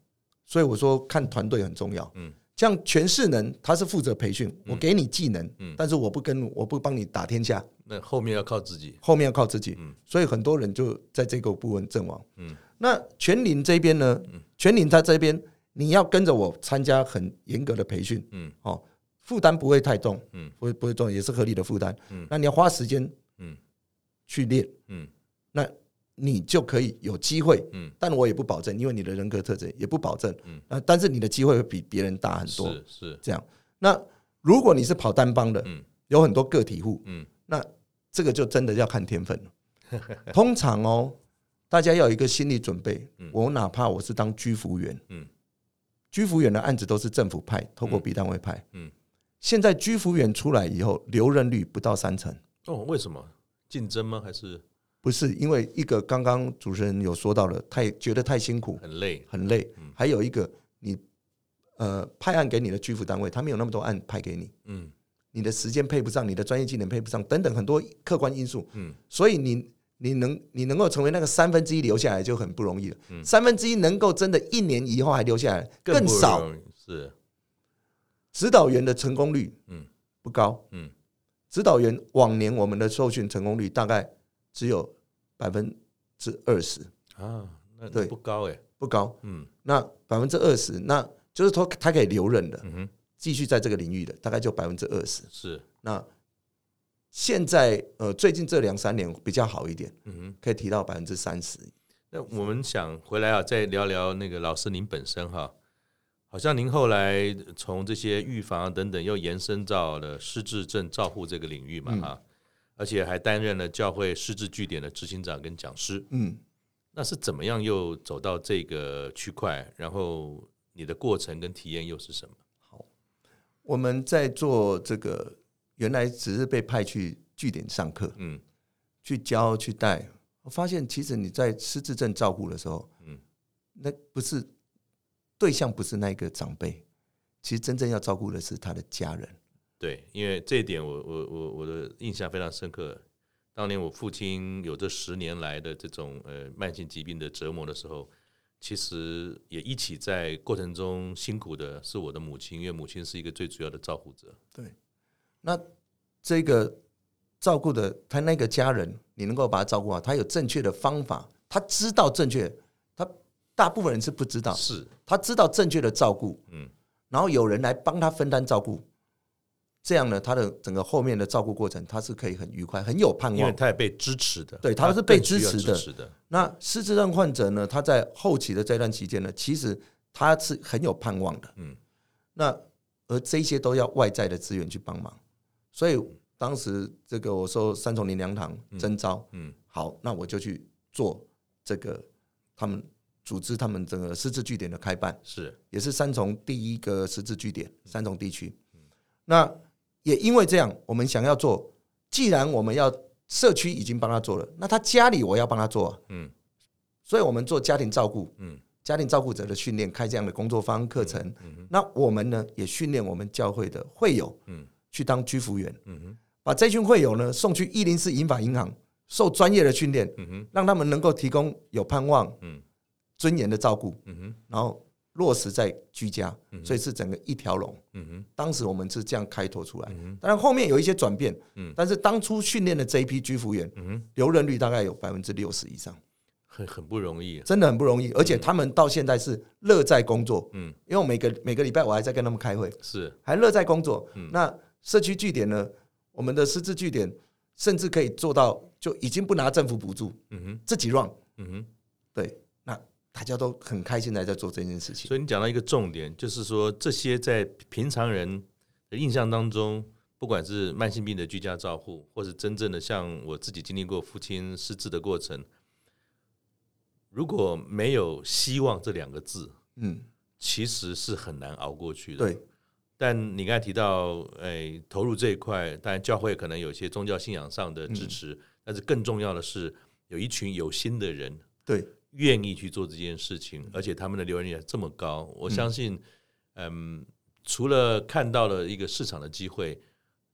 [SPEAKER 3] 所以我说看团队很重要。
[SPEAKER 2] 嗯
[SPEAKER 3] 像全势能，他是负责培训，我给你技能，
[SPEAKER 2] 嗯
[SPEAKER 3] 但是我不跟我不帮你打天下，
[SPEAKER 2] 那后面要靠自己，
[SPEAKER 3] 后面要靠自己。
[SPEAKER 2] 嗯
[SPEAKER 3] 所以很多人就在这个部分阵亡。
[SPEAKER 2] 嗯
[SPEAKER 3] 那全林这边呢？全林他这边你要跟着我参加很严格的培训，
[SPEAKER 2] 嗯
[SPEAKER 3] 哦，负担不会太重，
[SPEAKER 2] 嗯
[SPEAKER 3] 不会不会重，也是合理的负担。
[SPEAKER 2] 嗯
[SPEAKER 3] 那你要花时间
[SPEAKER 2] 嗯
[SPEAKER 3] 去练，
[SPEAKER 2] 嗯
[SPEAKER 3] 那你就可以有机会。
[SPEAKER 2] 嗯，
[SPEAKER 3] 但我也不保证，因为你的人格特征也不保证。
[SPEAKER 2] 嗯
[SPEAKER 3] 嗯，那但是你的机会会比别人大很多。
[SPEAKER 2] 是是，
[SPEAKER 3] 这样，那如果你是跑单帮的，
[SPEAKER 2] 嗯
[SPEAKER 3] 有很多个体户，
[SPEAKER 2] 嗯
[SPEAKER 3] 那这个就真的要看天分了。 通常哦，大家要有一个心理准备。
[SPEAKER 2] 嗯
[SPEAKER 3] 我哪怕我是当居服员，
[SPEAKER 2] 嗯
[SPEAKER 3] 居服员的案子都是政府派，透过 B 单位派。
[SPEAKER 2] 嗯，
[SPEAKER 3] 现在居服员出来以后，留任率不到三成，
[SPEAKER 2] 哦，为什么竞争吗？还是
[SPEAKER 3] 不是因为一个刚刚主持人有说到了，太觉得太辛苦，
[SPEAKER 2] 很累？
[SPEAKER 3] 很累，
[SPEAKER 2] 嗯
[SPEAKER 3] 还有一个你呃派案给你的居服单位，他没有那么多案派给你，
[SPEAKER 2] 嗯
[SPEAKER 3] 你的时间配不上，你的专业技能配不上，等等很多客观因素，
[SPEAKER 2] 嗯
[SPEAKER 3] 所以你你能你能够成为那个三分之一留下来就很不容易了，三分之一能够真的一年以后还留下来更
[SPEAKER 2] 嗯不
[SPEAKER 3] 少，
[SPEAKER 2] 容易是
[SPEAKER 3] 指导员的成功率
[SPEAKER 2] 嗯
[SPEAKER 3] 不高，
[SPEAKER 2] 嗯
[SPEAKER 3] 指导员往年我们的受训成功率大概只有百分之二十，
[SPEAKER 2] 啊，那那
[SPEAKER 3] 对
[SPEAKER 2] 不高哎，
[SPEAKER 3] 不高，
[SPEAKER 2] 嗯
[SPEAKER 3] 那百分之二十，那就是说他可以留任的，
[SPEAKER 2] 嗯哼
[SPEAKER 3] 继续在这个领域的大概就百分之二十。
[SPEAKER 2] 是
[SPEAKER 3] 那现在呃，最近这两三年比较好一点，
[SPEAKER 2] 嗯哼。
[SPEAKER 3] 可以提到百分之三十。
[SPEAKER 2] 那我们想回来啊，再聊聊那个老师您本身哈，好像您后来从这些预防啊等等，又延伸到了失智症照护这个领域嘛哈，而且还担任了教会失智据点的执行长跟讲师。
[SPEAKER 3] 嗯，
[SPEAKER 2] 那是怎么样又走到这个区块？然后你的过程跟体验又是什么？
[SPEAKER 3] 我们在做这个，原来只是被派去据点上课，
[SPEAKER 2] 嗯
[SPEAKER 3] 去教去带。我发现其实你在失智症照顾的时候，
[SPEAKER 2] 嗯
[SPEAKER 3] 嗯，那不是对象，不是那个长辈，其实真正要照顾的是他的家人。
[SPEAKER 2] 对，因为这一点我我我我的印象非常深刻。当年我父亲有这十年来的这种呃慢性疾病的折磨的时候，其实也一起在过程中辛苦的是我的母亲，因为母亲是一个最主要的照顾者。
[SPEAKER 3] 那这个照顾的他那个家人，你能够把他照顾好，他有正确的方法，他知道正确，他大部分人是不知道，
[SPEAKER 2] 是，
[SPEAKER 3] 他知道正确的照顾，
[SPEAKER 2] 嗯
[SPEAKER 3] 然后有人来帮他分担照顾，这样呢，他的整个后面的照顾过程，他是可以很愉快，很有盼
[SPEAKER 2] 因为
[SPEAKER 3] 望。
[SPEAKER 2] 他也被支持的，
[SPEAKER 3] 对他是被
[SPEAKER 2] 更需要
[SPEAKER 3] 支
[SPEAKER 2] 支
[SPEAKER 3] 持的
[SPEAKER 2] 持的。
[SPEAKER 3] 那失智症患者呢，他在后期的这段期间呢，其实他是很有盼望的。
[SPEAKER 2] 嗯
[SPEAKER 3] 那而这些都要外在的资源去帮忙，所以当时这个我说三重林良堂征招，
[SPEAKER 2] 嗯
[SPEAKER 3] 好，那我就去做这个他们组织他们整个失智据点的开办，
[SPEAKER 2] 是
[SPEAKER 3] 也是三重第一个失智据点，三重地区。那也因为这样，我们想要做，既然我们要社区已经帮他做了，那他家里我要帮他做、啊，
[SPEAKER 2] 嗯
[SPEAKER 3] 所以我们做家庭照顾，
[SPEAKER 2] 嗯
[SPEAKER 3] 家庭照顾者的训练，开这样的工作坊课程。那我们呢，也训练我们教会的会友
[SPEAKER 2] 嗯
[SPEAKER 3] 去当居服员，
[SPEAKER 2] 嗯哼
[SPEAKER 3] 把这群会友呢送去一零四银发银行受专业的训练，
[SPEAKER 2] 嗯哼
[SPEAKER 3] 让他们能够提供有盼望、
[SPEAKER 2] 嗯
[SPEAKER 3] 尊严的照顾，
[SPEAKER 2] 嗯哼
[SPEAKER 3] 然后落实在居家，
[SPEAKER 2] 嗯
[SPEAKER 3] 所以是整个一条龙。
[SPEAKER 2] 嗯哼
[SPEAKER 3] 当时我们是这样开拓出来
[SPEAKER 2] 嗯哼，
[SPEAKER 3] 当然后面有一些转变
[SPEAKER 2] 嗯，
[SPEAKER 3] 但是当初训练的这一批居服员
[SPEAKER 2] 嗯哼，
[SPEAKER 3] 留任率大概有百分之六十以上，
[SPEAKER 2] 很很不容易，
[SPEAKER 3] 真的很不容易，而且他们到现在是乐在工作，
[SPEAKER 2] 嗯
[SPEAKER 3] 因为我每个每个礼拜我还在跟他们开会，
[SPEAKER 2] 是
[SPEAKER 3] 还乐在工作。
[SPEAKER 2] 嗯
[SPEAKER 3] 那社区据点呢，我们的师资据点甚至可以做到，就已经不拿政府补助，
[SPEAKER 2] 嗯哼
[SPEAKER 3] 自己 run，
[SPEAKER 2] 嗯哼。
[SPEAKER 3] 对，那大家都很开心的在做这件事情。
[SPEAKER 2] 所以你讲到一个重点，就是说这些在平常人的印象当中，不管是慢性病的居家照护，或是真正的像我自己经历过父亲失智的过程，如果没有希望这两个字，
[SPEAKER 3] 嗯，
[SPEAKER 2] 其实是很难熬过去的。
[SPEAKER 3] 对，
[SPEAKER 2] 但你刚才提到，哎，投入这一块，当然教会可能有一些宗教信仰上的支持，但是更重要的是，有一群有心的人
[SPEAKER 3] 对，
[SPEAKER 2] 愿意去做这件事
[SPEAKER 3] 嗯
[SPEAKER 2] 情，而且他们的留言也这么高，我相信，嗯，除了看到了一个市场的机会，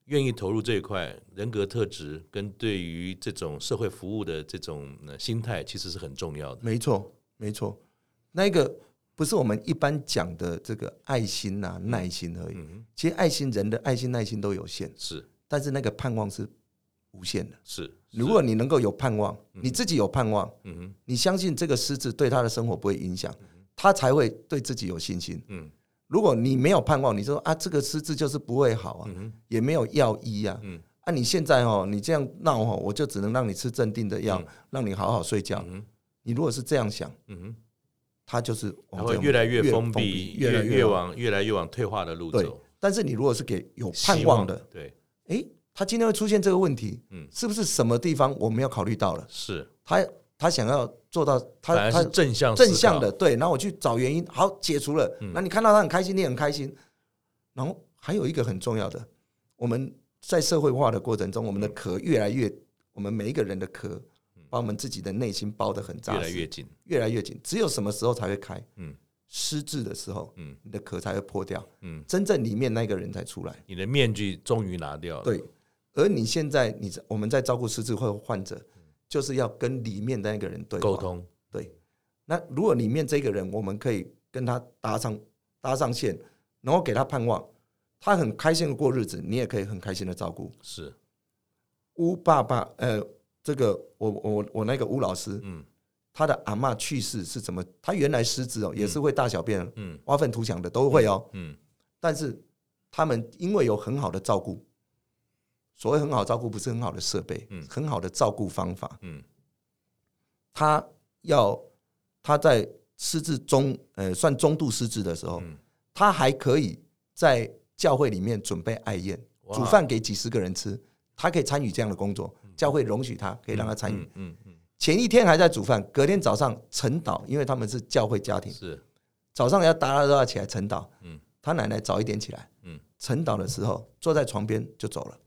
[SPEAKER 2] 愿意投入这一块人格特质跟对于这种社会服务的这种呃心态，其实是很重要的。
[SPEAKER 3] 没错，没错，那个不是我们一般讲的这个爱心呐、耐心而已。
[SPEAKER 2] 嗯哼，
[SPEAKER 3] 其实爱心人的爱心、耐心都有限，
[SPEAKER 2] 是
[SPEAKER 3] 但是那个盼望是无限的。
[SPEAKER 2] 是，是
[SPEAKER 3] 如果你能够有盼望，你自己有盼望，
[SPEAKER 2] 嗯哼
[SPEAKER 3] 你相信这个狮子对他的生活不会影响，他才会对自己有信心。
[SPEAKER 2] 嗯
[SPEAKER 3] 如果你没有盼望，你说啊，这个狮子就是不会好啊，
[SPEAKER 2] 嗯哼
[SPEAKER 3] 也没有药医啊，
[SPEAKER 2] 嗯
[SPEAKER 3] 啊，你现在哦，你这样闹哦，我就只能让你吃镇定的药，让你好好睡觉。
[SPEAKER 2] 嗯哼
[SPEAKER 3] 你如果是这样想，
[SPEAKER 2] 嗯哼，
[SPEAKER 3] 他就是
[SPEAKER 2] 然
[SPEAKER 3] 往
[SPEAKER 2] 后
[SPEAKER 3] 这种
[SPEAKER 2] 越来越封
[SPEAKER 3] 封
[SPEAKER 2] 闭，
[SPEAKER 3] 越来
[SPEAKER 2] 越
[SPEAKER 3] 往。
[SPEAKER 2] 往越来越往退化的路
[SPEAKER 3] 对
[SPEAKER 2] 走，
[SPEAKER 3] 但是你如果是给有盼
[SPEAKER 2] 希
[SPEAKER 3] 望的，
[SPEAKER 2] 对，
[SPEAKER 3] 诶，他今天会出现这个问题，
[SPEAKER 2] 嗯
[SPEAKER 3] 是不是什么地方我没有考虑到了？
[SPEAKER 2] 是，
[SPEAKER 3] 他他想要做到
[SPEAKER 2] 反而
[SPEAKER 3] 他他
[SPEAKER 2] 是正向
[SPEAKER 3] 正
[SPEAKER 2] 思
[SPEAKER 3] 向
[SPEAKER 2] 考
[SPEAKER 3] 的，，对，然后我去找原因，好解除了。
[SPEAKER 2] 嗯
[SPEAKER 3] 那、你看到他很开心，你也很开心。然后还有一个很重要的，我们在社会化的过程中，我们
[SPEAKER 2] 嗯
[SPEAKER 3] 的壳越来越，我们每一个人的壳，把我们自己的内心包得很扎
[SPEAKER 2] 越
[SPEAKER 3] 实，
[SPEAKER 2] 来越紧，
[SPEAKER 3] 越来越紧。只有什么时候才会开？
[SPEAKER 2] 嗯
[SPEAKER 3] 失智的时候，
[SPEAKER 2] 嗯
[SPEAKER 3] 你的壳才会破掉，
[SPEAKER 2] 嗯，
[SPEAKER 3] 真正里面那个人才出来。
[SPEAKER 2] 你的面具终于拿掉了，
[SPEAKER 3] 对，而你现在你在我们在照顾失智患患者，就是要跟里面的那个人对话
[SPEAKER 2] 嗯沟通，
[SPEAKER 3] 对，那如果里面这个人，我们可以跟他搭上搭上线，然后给他盼望，他很开心的过日子，你也可以很开心的照顾。
[SPEAKER 2] 是，
[SPEAKER 3] 乌爸爸，呃，这个我我我那个乌老师，
[SPEAKER 2] 嗯
[SPEAKER 3] 他的阿嬷去世是怎么？他原来失智哦，也是会大小便、
[SPEAKER 2] 嗯
[SPEAKER 3] 挖粪图强的都会哦，
[SPEAKER 2] 嗯
[SPEAKER 3] 但是他们因为有很好的照顾。所谓很好照顾，不是很好的设备，
[SPEAKER 2] 嗯
[SPEAKER 3] 很好的照顾方法，
[SPEAKER 2] 嗯
[SPEAKER 3] 他要他在失智中，呃，算中度失智的时候，
[SPEAKER 2] 嗯
[SPEAKER 3] 他还可以在教会里面准备爱宴，
[SPEAKER 2] 哇
[SPEAKER 3] 煮饭给几十个人吃，他可以参与这样的工作，教会容许他，可以让他参与。
[SPEAKER 2] 嗯嗯嗯
[SPEAKER 3] 前一天还在煮饭，隔天早上晨祷，因为他们是教会家庭，
[SPEAKER 2] 是，
[SPEAKER 3] 早上要大家都要起来晨祷。
[SPEAKER 2] 嗯
[SPEAKER 3] 他奶奶早一点起来，
[SPEAKER 2] 嗯
[SPEAKER 3] 晨祷的时候坐在床边就走了，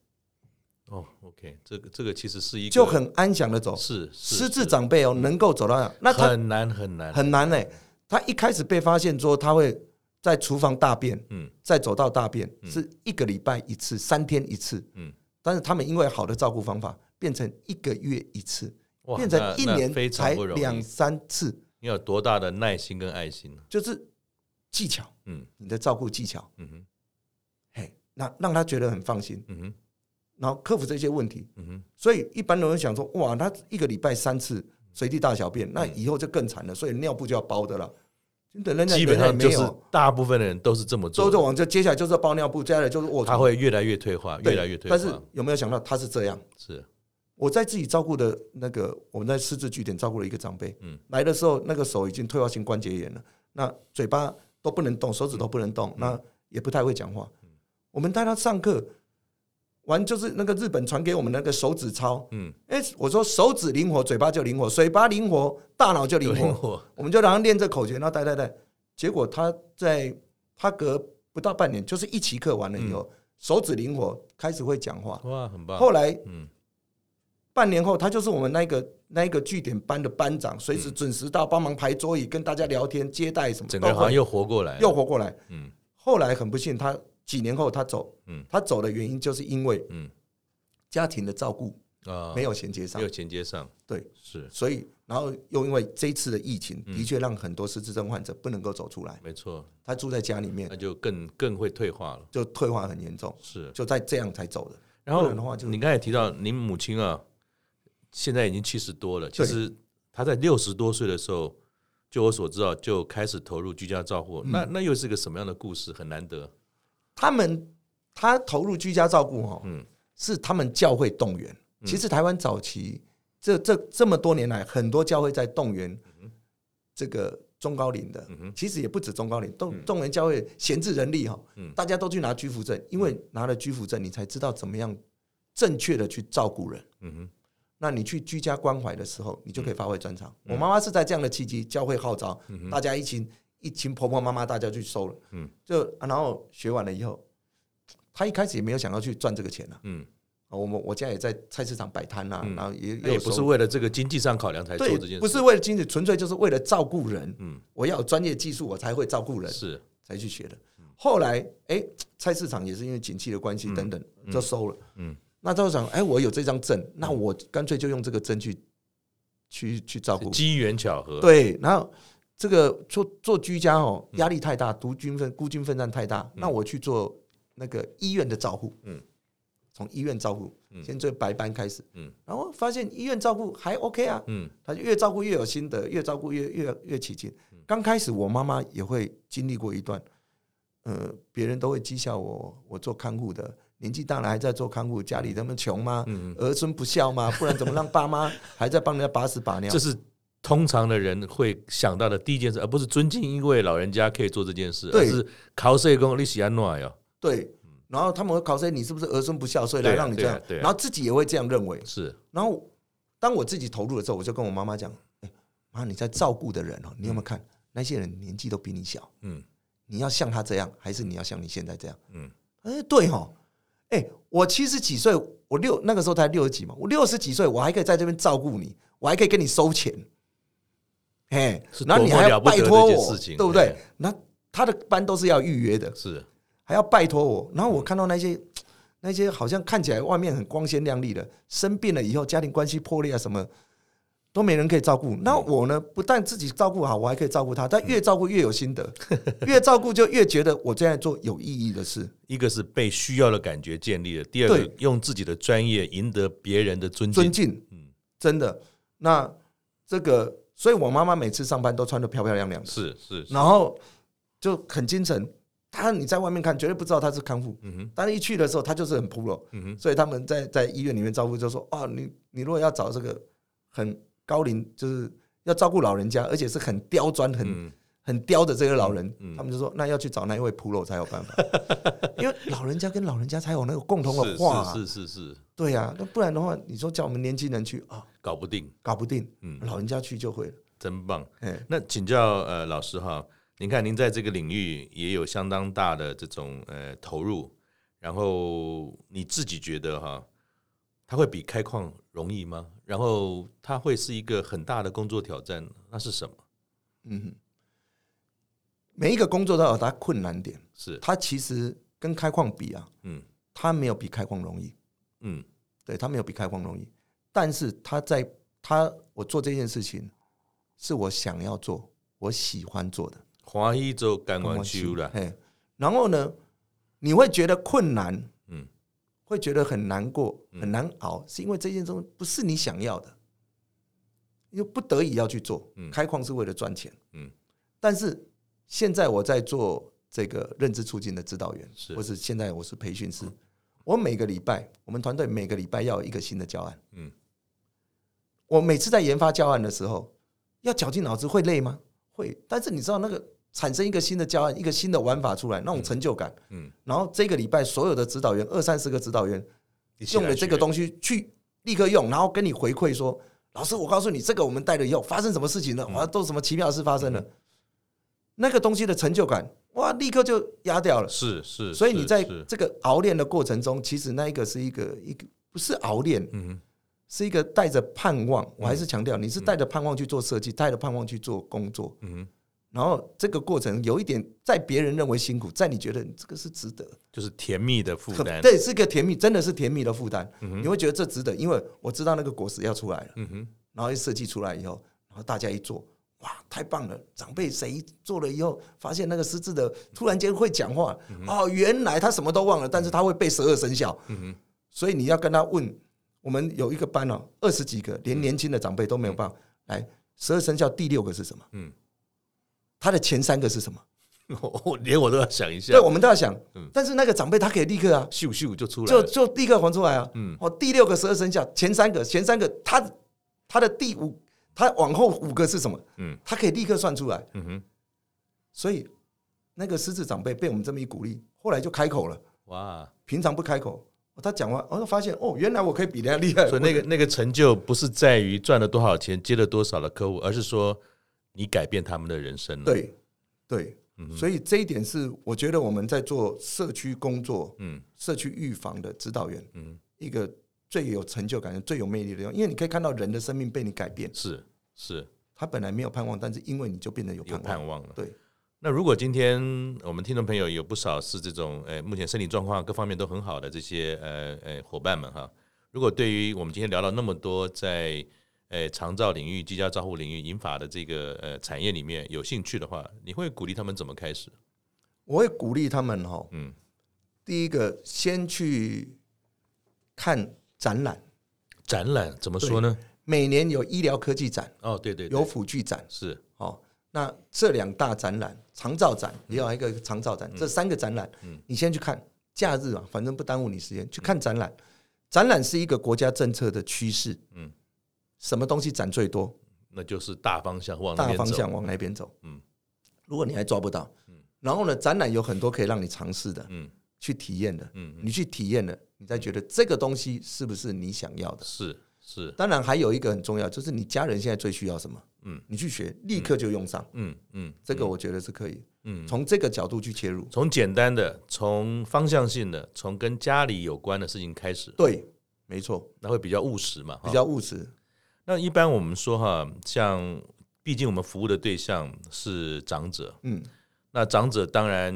[SPEAKER 2] 哦，OK，这个这个其实是一个
[SPEAKER 3] 就很安详的走。
[SPEAKER 2] 是嗯是
[SPEAKER 3] 失智
[SPEAKER 2] 是
[SPEAKER 3] 长辈哦，能够走到那，那他
[SPEAKER 2] 很难很难，
[SPEAKER 3] 很难哎、他一开始被发现说他会在厨房大便，
[SPEAKER 2] 嗯
[SPEAKER 3] 再走到大便，是一个礼拜一次，三天一次。
[SPEAKER 2] 嗯，
[SPEAKER 3] 但是他们因为好的照顾方法，变成一个月一次，
[SPEAKER 2] 哇
[SPEAKER 3] 变
[SPEAKER 2] 那
[SPEAKER 3] 成一
[SPEAKER 2] 那
[SPEAKER 3] 年
[SPEAKER 2] 非
[SPEAKER 3] 才
[SPEAKER 2] 常不容易，
[SPEAKER 3] 两三次，
[SPEAKER 2] 你要有多大的耐心跟爱心呢？
[SPEAKER 3] 就是技巧，
[SPEAKER 2] 嗯
[SPEAKER 3] 你的照顾技巧，
[SPEAKER 2] 嗯哼
[SPEAKER 3] 嘿，那让他觉得很放心，
[SPEAKER 2] 嗯哼
[SPEAKER 3] 然后克服这些问题。
[SPEAKER 2] 嗯哼
[SPEAKER 3] 所以一般人想说，哇，他一个礼拜三次随地大小便，
[SPEAKER 2] 嗯
[SPEAKER 3] 那以后就更惨了，所以尿布就要包的了。真的，人家
[SPEAKER 2] 基本上
[SPEAKER 3] 人家
[SPEAKER 2] 就
[SPEAKER 3] 也没
[SPEAKER 2] 是
[SPEAKER 3] 有。
[SPEAKER 2] 大部分的人都是这么
[SPEAKER 3] 周
[SPEAKER 2] 做的，
[SPEAKER 3] 总王就接下来就是包尿布，接下来就是卧
[SPEAKER 2] 他
[SPEAKER 3] 床，
[SPEAKER 2] 会越来越退化，
[SPEAKER 3] 对
[SPEAKER 2] 越来越退化，
[SPEAKER 3] 但是有没有想到他是这样？
[SPEAKER 2] 是
[SPEAKER 3] 我在自己照顾的那个，我们在失智据点照顾了一个长辈，
[SPEAKER 2] 嗯
[SPEAKER 3] 来的时候那个手已经退化性关节炎了，那嘴巴都
[SPEAKER 2] 嗯
[SPEAKER 3] 不能动，手指都不能动，那也不太会讲话。我们带他上课，玩就是那个日本传给我们那个手指操，
[SPEAKER 2] 嗯，
[SPEAKER 3] 哎，我说手指灵活，嘴巴就灵活，嘴巴灵活，大脑就灵活，
[SPEAKER 2] 活，
[SPEAKER 3] 我们就让他练这口诀，然后带带带，结果他在他隔不到半年，就是一期课完了以后，手指灵活，开始会讲话。
[SPEAKER 2] 嗯哇，很棒。
[SPEAKER 3] 后来
[SPEAKER 2] 嗯，
[SPEAKER 3] 半年后，他就是我们那个那一个据点班的班长，随时准时到，帮忙排桌椅，跟大家聊天、接待什么，
[SPEAKER 2] 嗯整个人
[SPEAKER 3] 都
[SPEAKER 2] 好像
[SPEAKER 3] 会
[SPEAKER 2] 又活过来了，
[SPEAKER 3] 又活过来。
[SPEAKER 2] 嗯
[SPEAKER 3] 后来很不幸，他几年后他走，
[SPEAKER 2] 嗯
[SPEAKER 3] 他走的原因就是因为
[SPEAKER 2] 嗯
[SPEAKER 3] 家庭的照顾
[SPEAKER 2] 啊，
[SPEAKER 3] 没有衔接上
[SPEAKER 2] 没有，衔接上，
[SPEAKER 3] 对，
[SPEAKER 2] 是
[SPEAKER 3] 所以然后又因为这一次的疫情，
[SPEAKER 2] 嗯
[SPEAKER 3] 的确让很多失智症患者不能够走出来，
[SPEAKER 2] 没错，
[SPEAKER 3] 他住在家里面
[SPEAKER 2] 那就更更会退化了，
[SPEAKER 3] 就退化很严重，
[SPEAKER 2] 是。
[SPEAKER 3] 就在这样才走的。
[SPEAKER 2] 然
[SPEAKER 3] 不
[SPEAKER 2] 后
[SPEAKER 3] 然的话就
[SPEAKER 2] 你刚才提到您母亲啊，现在已经七十多了，其
[SPEAKER 3] 对
[SPEAKER 2] 实她在六十多岁的时候，就我所知道就开始投入居家照护，
[SPEAKER 3] 嗯
[SPEAKER 2] 那那又是个什么样的故事？很难得，
[SPEAKER 3] 他们他投入居家照顾哦，
[SPEAKER 2] 嗯
[SPEAKER 3] 是他们教会动员。其实台湾早期这这这么多年来，很多教会在动员这个中高龄的，
[SPEAKER 2] 嗯嗯哼
[SPEAKER 3] 其实也不止中高龄，动动员教会闲置人力哈、
[SPEAKER 2] 嗯
[SPEAKER 3] 大家都去拿居服证，因为拿了居服证，你才知道怎么样正确的去照顾人。
[SPEAKER 2] 嗯哼，
[SPEAKER 3] 那你去居家关怀的时候，你
[SPEAKER 2] 嗯
[SPEAKER 3] 就可以发挥专长。我妈妈是在这样的契机，教会号召、大家一群一群婆婆妈妈，大家去收了，
[SPEAKER 2] 嗯
[SPEAKER 3] 就啊然后学完了以后，她一开始也没有想要去赚这个钱啊。
[SPEAKER 2] 嗯，
[SPEAKER 3] 啊我们我家也在菜市场摆摊啊，然后也
[SPEAKER 2] 那也嗯哎不是为了这个经济上考量才做
[SPEAKER 3] 对
[SPEAKER 2] 这件事，，
[SPEAKER 3] 不是为了经济，纯粹就是为了照顾人。
[SPEAKER 2] 嗯
[SPEAKER 3] 我要有专业技术，我才会照顾人，
[SPEAKER 2] 是
[SPEAKER 3] 才去学的。
[SPEAKER 2] 嗯
[SPEAKER 3] 后来哎，菜市场也是因为景气的关系等等，就收了。
[SPEAKER 2] 嗯，
[SPEAKER 3] 那就想，哎，我有这张证，那我干脆就用这个证去去去照顾。
[SPEAKER 2] 机缘巧合，，
[SPEAKER 3] 对，然后这个做做居家哦，
[SPEAKER 2] 嗯
[SPEAKER 3] 压力太大，独军奋孤军奋战太大，那我去做那个医院的照护，
[SPEAKER 2] 嗯，
[SPEAKER 3] 从医院照护，先做白班开始，
[SPEAKER 2] 嗯，
[SPEAKER 3] 然后发现医院照顾还 OK 啊，
[SPEAKER 2] 嗯
[SPEAKER 3] 他就越照顾越有心得，越照顾越越越起劲。
[SPEAKER 2] 嗯
[SPEAKER 3] 刚开始我妈妈也会经历过一段，呃，别人都会讥笑我，我做看护的，年纪大了还在做看护，家里那么穷吗？
[SPEAKER 2] 嗯，
[SPEAKER 3] 儿孙不孝 吗？不然怎么让爸妈还在帮人家把屎把尿
[SPEAKER 2] 这？是。通常的人会想到的第一件事，而不是尊敬一位老人家可以做这件事，而
[SPEAKER 3] 对
[SPEAKER 2] 是考试功利息安诺哟，
[SPEAKER 3] 对，然后他们会考哎说你是不是儿孙不孝，所以
[SPEAKER 2] 对
[SPEAKER 3] 来
[SPEAKER 2] 啊
[SPEAKER 3] 让你这样，
[SPEAKER 2] 对啊对啊
[SPEAKER 3] 然后自己也会这样认为。
[SPEAKER 2] 是
[SPEAKER 3] 然后当我自己投入的时候，我就跟我妈妈讲：“哎、妈，你在照顾的人哦，你有没有看、那些人年纪都比你小，
[SPEAKER 2] 嗯
[SPEAKER 3] 你要像他这样，还是你要像你现在这样
[SPEAKER 2] 嗯？”
[SPEAKER 3] 哎、对哦，哎、我七十几岁，我六那个时候才六十几嘛，我六十几岁，我还可以在这边照顾你，我还可以跟你收钱，哎
[SPEAKER 2] 是，
[SPEAKER 3] 然后你
[SPEAKER 2] 多么
[SPEAKER 3] 还
[SPEAKER 2] 了
[SPEAKER 3] 要
[SPEAKER 2] 不得
[SPEAKER 3] 拜
[SPEAKER 2] 的
[SPEAKER 3] 托
[SPEAKER 2] 一件
[SPEAKER 3] 我，
[SPEAKER 2] 事情
[SPEAKER 3] 对不
[SPEAKER 2] 哎
[SPEAKER 3] 对？那他的班都是要预约的，
[SPEAKER 2] 是，
[SPEAKER 3] 还要拜托我。然后我看到那些、那些好像看起来外面很光鲜亮丽的，生病了以后家庭关系破裂啊什么，都没人可以照顾。那我呢，不但自己照顾好，我还可以照顾他，但越照顾越有心得， 越照顾就越觉得我这样做有意义的事。
[SPEAKER 2] 一个是被需要的感觉建立了，第二个
[SPEAKER 3] 对
[SPEAKER 2] 用自己的专业赢得别人的尊敬。
[SPEAKER 3] 尊敬，
[SPEAKER 2] 嗯
[SPEAKER 3] 真的。那这个，所以我妈妈每次上班都穿的漂漂亮亮的，
[SPEAKER 2] 是是，是
[SPEAKER 3] 然后就很精神。她你在外面看，绝对不知道她是看护，
[SPEAKER 2] 嗯哼
[SPEAKER 3] 但是一去的时候，他就是很 pro，、
[SPEAKER 2] 嗯哼
[SPEAKER 3] 所以他们在在医院里面照顾就说啊，你你如果要找这个很高龄，就是要照顾老人家，而且是很刁钻、很、
[SPEAKER 2] 嗯
[SPEAKER 3] 很刁的这个老人，
[SPEAKER 2] 嗯
[SPEAKER 3] 他们就说那要去找那一位 pro 才有办 法，因为老人家跟老人家才有那个共同的话、啊，
[SPEAKER 2] 是是是是是，
[SPEAKER 3] 对呀、那不然的话，你说叫我们年轻人去啊，
[SPEAKER 2] 搞不定，
[SPEAKER 3] 搞不定，
[SPEAKER 2] 嗯，
[SPEAKER 3] 老人家去就会了，
[SPEAKER 2] 真棒。
[SPEAKER 3] 哎，
[SPEAKER 2] 那请教呃老师哈，您看您在这个领域也有相当大的这种呃投入，然后你自己觉得哈，它会比开矿容易吗？然后它会是一个很大的工作挑战，那是什么？
[SPEAKER 3] 嗯哼，每一个工作都有它困难点，
[SPEAKER 2] 是
[SPEAKER 3] 它其实跟开矿比啊，
[SPEAKER 2] 嗯
[SPEAKER 3] 它没有比开矿容易。
[SPEAKER 2] 嗯
[SPEAKER 3] 对他没有比开荒容易，但是他在他我做这件事情是我想要做，我喜欢做的。
[SPEAKER 2] 华裔州干完修了，
[SPEAKER 3] 嘿，然后呢，你会觉得困难，
[SPEAKER 2] 嗯
[SPEAKER 3] 会觉得很难过，很难熬，是因为这件东西不是你想要的，又不得已要去做
[SPEAKER 2] 嗯。
[SPEAKER 3] 开矿是为了赚钱，
[SPEAKER 2] 嗯，
[SPEAKER 3] 但是现在我在做这个认知促进的指导员，
[SPEAKER 2] 是嗯
[SPEAKER 3] 或是现在我是培训师，我每个礼拜，我们团队每个礼拜要有一个新的教案。
[SPEAKER 2] 嗯
[SPEAKER 3] 我每次在研发教案的时候，要绞尽脑汁，会累吗？会。但是你知道那个产生一个新的教案，一个新的玩法出来，那种成就感。
[SPEAKER 2] 嗯
[SPEAKER 3] 然后这个礼拜所有的指导员，二三十个指导员，
[SPEAKER 2] 一起来
[SPEAKER 3] 用了这个
[SPEAKER 2] 学
[SPEAKER 3] 东西去立刻用，然后跟你回馈说，老师，我告诉你，这个我们带了以后发生什么事情
[SPEAKER 2] 嗯
[SPEAKER 3] 了，哇，都什么奇妙的事发生了，那个东西的成就感，哇，立刻就压掉了。
[SPEAKER 2] 是是，
[SPEAKER 3] 所以你
[SPEAKER 2] 是
[SPEAKER 3] 在
[SPEAKER 2] 是
[SPEAKER 3] 这个熬练的过程中，其实那一个是一个一个不是熬练，
[SPEAKER 2] 嗯
[SPEAKER 3] 是一个带着盼望。我还是强调，你是带着盼望去做设计，带着盼望去做工作，
[SPEAKER 2] 嗯哼，
[SPEAKER 3] 然后这个过程有一点在别人认为辛苦，在你觉得这个是值得，
[SPEAKER 2] 就是甜蜜的负
[SPEAKER 3] 可
[SPEAKER 2] 担，
[SPEAKER 3] 对，是个甜蜜，真的是甜蜜的负担。
[SPEAKER 2] 嗯
[SPEAKER 3] 你
[SPEAKER 2] 哼，
[SPEAKER 3] 会觉得这值得，因为我知道那个果实要出来了，
[SPEAKER 2] 嗯哼，
[SPEAKER 3] 然后一设计出来以后，然后大家一做，哇，太棒了！长辈谁做了以后，发现那个失智的突然间会讲话，哦，原来他什么都忘了，但是他会背十二生肖，
[SPEAKER 2] 嗯哼，
[SPEAKER 3] 所以你要跟他问。我们有一个班哦，二十几个，连年轻的长辈都没有办法来。十二生肖第六个是什么？
[SPEAKER 2] 嗯
[SPEAKER 3] 他的前三个是什么？
[SPEAKER 2] 我我连我都要想一下
[SPEAKER 3] 对，，我们都要想
[SPEAKER 2] 嗯。
[SPEAKER 3] 但是那个长辈他可以立刻啊，
[SPEAKER 2] 咻咻就出来
[SPEAKER 3] 就
[SPEAKER 2] 了，
[SPEAKER 3] 就立刻还出来啊。
[SPEAKER 2] 嗯
[SPEAKER 3] 哦，第六个十二生肖前三个，前三个他他的第五，他往后五个是什么？
[SPEAKER 2] 嗯
[SPEAKER 3] 他可以立刻算出来。
[SPEAKER 2] 嗯哼，
[SPEAKER 3] 所以那个狮子长辈被我们这么一鼓励，后来就开口了。
[SPEAKER 2] 哇，
[SPEAKER 3] 平常不开口，哦他讲话，我、就发现哦，原来我可以比人家厉害。
[SPEAKER 2] 所以那个那个成就不是在于赚了多少钱，接了多少的客户，而是说你改变他们的人生了，，
[SPEAKER 3] 对对，
[SPEAKER 2] 嗯
[SPEAKER 3] 所以这一点是我觉得我们在做社区工作、
[SPEAKER 2] 嗯
[SPEAKER 3] 社区预防的指导员
[SPEAKER 2] 嗯，
[SPEAKER 3] 一个最有成就感、最有魅力的地方，因为你可以看到人的生命被你改变，
[SPEAKER 2] 是是
[SPEAKER 3] 他本来没有盼望，但是因为你就变得有
[SPEAKER 2] 有
[SPEAKER 3] 盼望。
[SPEAKER 2] 盼望了。
[SPEAKER 3] 对，
[SPEAKER 2] 那如果今天我们听众朋友有不少是这种，呃，目前身体状况各方面都很好的这些呃呃伙伴们哈，如果对于我们今天聊到那么多在呃长照领域、居家照护领域、银发的这个呃产业里面有兴趣的话，你会鼓励他们怎么开始？
[SPEAKER 3] 我会鼓励他们哈、哦，
[SPEAKER 2] 嗯，
[SPEAKER 3] 第一个先去看展览，
[SPEAKER 2] 展览怎么说呢？
[SPEAKER 3] 每年有医疗科技展、
[SPEAKER 2] 哦，对对对
[SPEAKER 3] 有辅具展，
[SPEAKER 2] 是
[SPEAKER 3] 哦，那这两大展览，长照展也有一个长照
[SPEAKER 2] 嗯
[SPEAKER 3] 展，这三个展览，你先去看，假日啊，反正不耽误你时间，去看展览。展览是一个国家政策的趋势，
[SPEAKER 2] 嗯
[SPEAKER 3] 嗯，什么东西展最多，
[SPEAKER 2] 那就是大方向往那
[SPEAKER 3] 大
[SPEAKER 2] 边走。
[SPEAKER 3] 方向往那边走，
[SPEAKER 2] 嗯
[SPEAKER 3] 嗯，如果你还抓不到，然后呢，展览有很多可以让你尝试的，
[SPEAKER 2] 嗯
[SPEAKER 3] 去体验的，
[SPEAKER 2] 嗯，嗯
[SPEAKER 3] 你去体验了，你再觉得这个东西是不是你想要的？
[SPEAKER 2] 是是，
[SPEAKER 3] 当然，还有一个很重要，就是你家人现在最需要什么？
[SPEAKER 2] 嗯
[SPEAKER 3] 嗯，你去学，立刻就用上。
[SPEAKER 2] 嗯嗯，
[SPEAKER 3] 这个我觉得是可以
[SPEAKER 2] 嗯
[SPEAKER 3] 从这个角度去切入。
[SPEAKER 2] 从简单的、从方向性的、从跟家里有关的事情开始，
[SPEAKER 3] 对，没错，
[SPEAKER 2] 那会比较务实嘛。哈
[SPEAKER 3] 比较务实。
[SPEAKER 2] 那一般我们说哈，像毕竟我们服务的对象是长者，
[SPEAKER 3] 嗯，
[SPEAKER 2] 那长者当然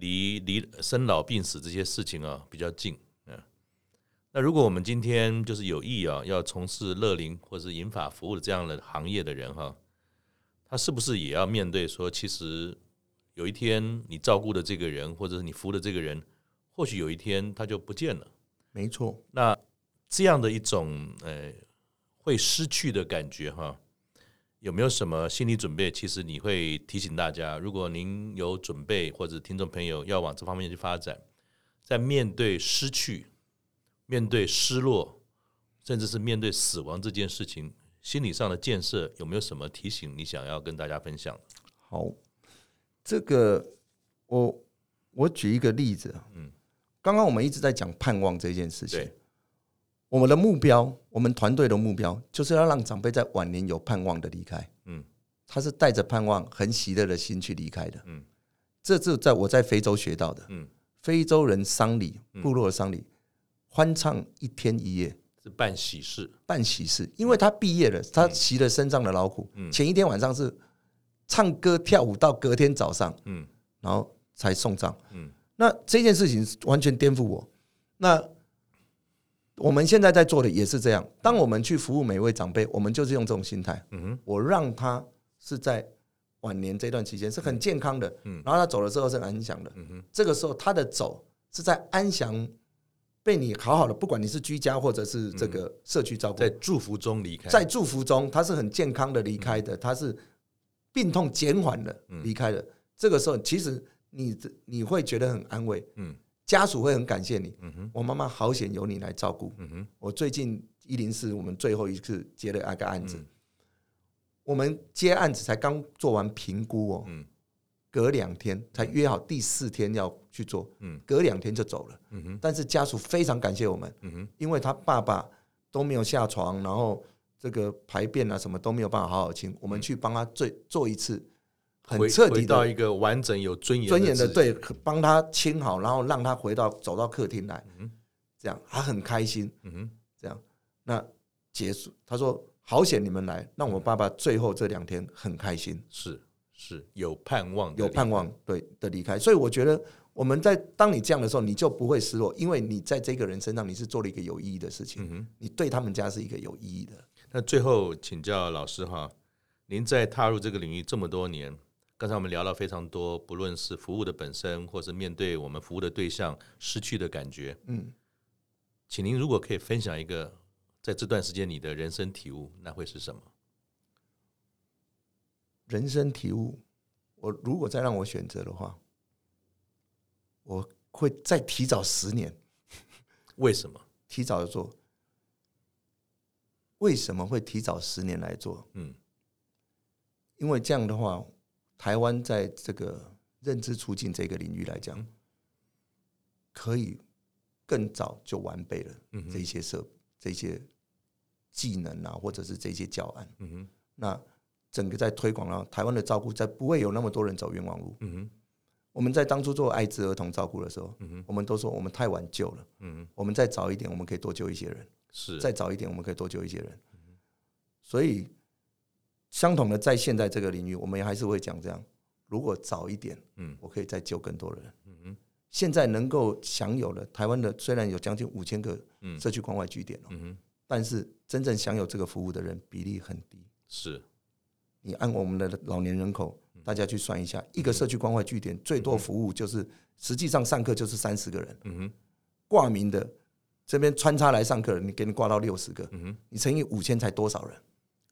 [SPEAKER 2] 离离生老病死这些事情啊比较近，嗯。那如果我们今天就是有意啊要从事乐龄或是银发服务的这样的行业的人哈，他是不是也要面对说，其实有一天你照顾的这个人或者是你服务的这个人，或许有一天他就不见了。
[SPEAKER 3] 没错。
[SPEAKER 2] 那这样的一种呃会失去的感觉哈，有没有什么心理准备？其实你会提醒大家，如果您有准备或者听众朋友要往这方面去发展，在面对失去、面对失落，甚至是面对死亡这件事情，心理上的建设有没有什么提醒你想要跟大家分享的？
[SPEAKER 3] 好，这个我我举一个例子。
[SPEAKER 2] 嗯
[SPEAKER 3] 嗯，刚刚我们一直在讲盼望这件事情
[SPEAKER 2] 对。
[SPEAKER 3] 我们的目标，我们团队的目标，就是要让长辈在晚年有盼望的离开。
[SPEAKER 2] 嗯
[SPEAKER 3] 他是带着盼望、很喜乐的心去离开的。
[SPEAKER 2] 嗯
[SPEAKER 3] 嗯，这就在我在非洲学到的。
[SPEAKER 2] 嗯，
[SPEAKER 3] 非洲人丧礼，
[SPEAKER 2] 嗯
[SPEAKER 3] 部落的丧礼，欢唱一天一夜，
[SPEAKER 2] 是办喜事，
[SPEAKER 3] 办喜事，因为他毕业了，他洗了身上的劳苦。
[SPEAKER 2] 嗯
[SPEAKER 3] 前一天晚上是唱歌跳舞，到隔天早上，
[SPEAKER 2] 嗯
[SPEAKER 3] 然后才送葬。
[SPEAKER 2] 嗯
[SPEAKER 3] 那这件事情完全颠覆我。那我们现在在做的也是这样。当我们去服务每一位长辈，我们就是用这种心态。
[SPEAKER 2] 嗯哼
[SPEAKER 3] 我让他是在晚年这段期间是很健康的，
[SPEAKER 2] 嗯
[SPEAKER 3] 然后他走了之后是很安详的，
[SPEAKER 2] 嗯哼
[SPEAKER 3] 这个时候他的走是在安详被你好好的，不管你是居家或者是这个社区照顾，
[SPEAKER 2] 嗯在祝福中离开，
[SPEAKER 3] 在祝福中他是很健康的离开的，他是病痛减缓的
[SPEAKER 2] 嗯
[SPEAKER 3] 离开的，这个时候其实你你会觉得很安慰，
[SPEAKER 2] 嗯
[SPEAKER 3] 家属会很感谢你，
[SPEAKER 2] 嗯哼
[SPEAKER 3] 我妈妈好险由你来照顾，
[SPEAKER 2] 嗯哼
[SPEAKER 3] 我最近一零四我们最后一次接了那个案子，
[SPEAKER 2] 嗯
[SPEAKER 3] 我们接案子才刚做完评估哦，
[SPEAKER 2] 嗯
[SPEAKER 3] 隔两天才约好第四天要去做，
[SPEAKER 2] 嗯
[SPEAKER 3] 隔两天就走了。
[SPEAKER 2] 嗯哼，
[SPEAKER 3] 但是家属非常感谢我们，
[SPEAKER 2] 嗯哼，
[SPEAKER 3] 因为他爸爸都没有下床，然后这个排便啊什么都没有办法好好清，我们去帮他最做一次很
[SPEAKER 2] 嗯回
[SPEAKER 3] 彻
[SPEAKER 2] 回
[SPEAKER 3] 底
[SPEAKER 2] 到
[SPEAKER 3] 的、
[SPEAKER 2] 一个完整有尊严
[SPEAKER 3] 尊严的
[SPEAKER 2] 自己，
[SPEAKER 3] 对，帮他清好，然后让他回到走到客厅来
[SPEAKER 2] 嗯，
[SPEAKER 3] 这样他很开心。
[SPEAKER 2] 嗯哼，
[SPEAKER 3] 这样那结束，他说好险你们来，让我爸爸最后这两天很开心。
[SPEAKER 2] 是是有盼望的
[SPEAKER 3] 有
[SPEAKER 2] 理，
[SPEAKER 3] 盼望对的离开。所以我觉得我们在当你这样的时候，你就不会失落，因为你在这个人身上你是做了一个有意义的事情，
[SPEAKER 2] 嗯哼。
[SPEAKER 3] 你对他们家是一个有意义的。
[SPEAKER 2] 那最后请教老师哈，您在踏入这个领域这么多年，刚才我们聊了非常多，不论是服务的本身，或是面对我们服务的对象失去的感觉，
[SPEAKER 3] 嗯，
[SPEAKER 2] 请您如果可以分享一个在这段时间你的人生体悟，那会是什么？
[SPEAKER 3] 人生体悟，我如果再让我选择的话，我会再提早十年，
[SPEAKER 2] 为什么？
[SPEAKER 3] 提早的做。为什么会提早十年来做？
[SPEAKER 2] 嗯
[SPEAKER 3] 因为这样的话，台湾在这个认知促进这个领域来讲
[SPEAKER 2] 嗯，
[SPEAKER 3] 可以更早就完备了。
[SPEAKER 2] 嗯
[SPEAKER 3] 这一
[SPEAKER 2] 哼
[SPEAKER 3] 些设这些技能啊，或者是这些教案，
[SPEAKER 2] 嗯哼
[SPEAKER 3] 那整个在推广了台湾的照顾，在不会有那么多人走冤枉路。
[SPEAKER 2] 嗯哼
[SPEAKER 3] 我们在当初做艾滋儿童照顾的时候，
[SPEAKER 2] 嗯哼
[SPEAKER 3] 我们都说我们太晚救了，
[SPEAKER 2] 嗯哼，
[SPEAKER 3] 我们再早一点，我们可以多救一些人；
[SPEAKER 2] 是
[SPEAKER 3] 再早一点，我们可以多救一些人。所以，相同的，在现在这个领域，我们也还是会讲这样：如果早一点，
[SPEAKER 2] 嗯
[SPEAKER 3] 我可以再救更多的人。
[SPEAKER 2] 嗯哼
[SPEAKER 3] 现在能够享有了台湾的，虽然有将近五千个
[SPEAKER 2] 嗯
[SPEAKER 3] 社区关怀据点哦，
[SPEAKER 2] 嗯哼
[SPEAKER 3] 但是真正享有这个服务的人比例很低。
[SPEAKER 2] 是
[SPEAKER 3] 你按我们的老年人口，
[SPEAKER 2] 嗯
[SPEAKER 3] 大家去算一下，一个社区关怀据点最多服务就是实际上上课就是三十个人，
[SPEAKER 2] 嗯哼
[SPEAKER 3] 挂名的这边穿插来上课的，你给你挂到六十个，
[SPEAKER 2] 嗯哼，
[SPEAKER 3] 你乘以五千才多少人？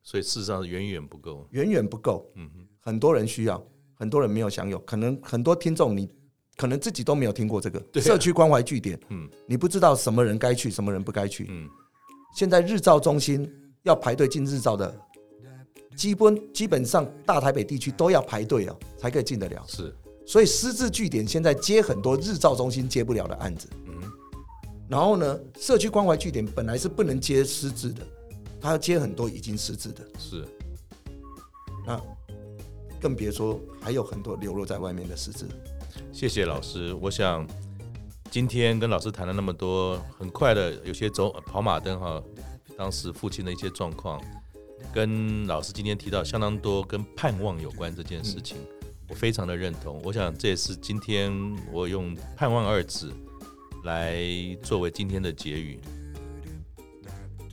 [SPEAKER 2] 所以事实上是远远不够。
[SPEAKER 3] 远远不够，
[SPEAKER 2] 嗯哼
[SPEAKER 3] 很多人需要，很多人没有享有，可能很多听众你。可能自己都没有听过这个
[SPEAKER 2] 对啊
[SPEAKER 3] 社区关怀据点，
[SPEAKER 2] 嗯
[SPEAKER 3] 你不知道什么人该去，什么人不该去。
[SPEAKER 2] 嗯
[SPEAKER 3] 现在日照中心要排队进日照的，基本基本上大台北地区都要排队哦，才可以进得了。
[SPEAKER 2] 是
[SPEAKER 3] 所以失智据点现在接很多日照中心接不了的案子，
[SPEAKER 2] 嗯哼
[SPEAKER 3] 然后呢，社区关怀据点本来是不能接失智的，他要接很多已经失智的，
[SPEAKER 2] 是
[SPEAKER 3] 那更别说还有很多流落在外面的失智。
[SPEAKER 2] 谢谢老师，我想今天跟老师谈了那么多，很快的有些走跑马灯哈，当时父亲的一些状况，跟老师今天提到相当多跟盼望有关这件事情，我非常的认同。我想这也是今天我用“盼望”二字来作为今天的结语。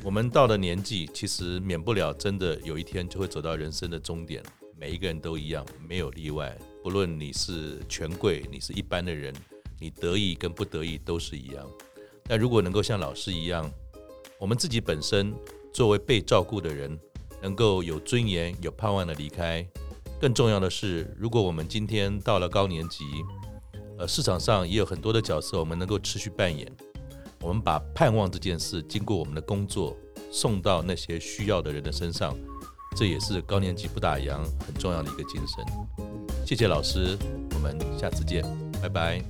[SPEAKER 2] 我们到了年纪，其实免不了真的有一天就会走到人生的终点，每一个人都一样，没有例外。不论你是权贵，你是一般的人，你得意跟不得意都是一样。那如果能够像老师一样，我们自己本身作为被照顾的人，能够有尊严、有盼望的离开，更重要的是，如果我们今天到了高年级，呃，市场上也有很多的角色，我们能够持续扮演。我们把盼望这件事，经过我们的工作，送到那些需要的人的身上，这也是高年级不打烊很重要的一个精神。谢谢老师，我们下次见，拜拜。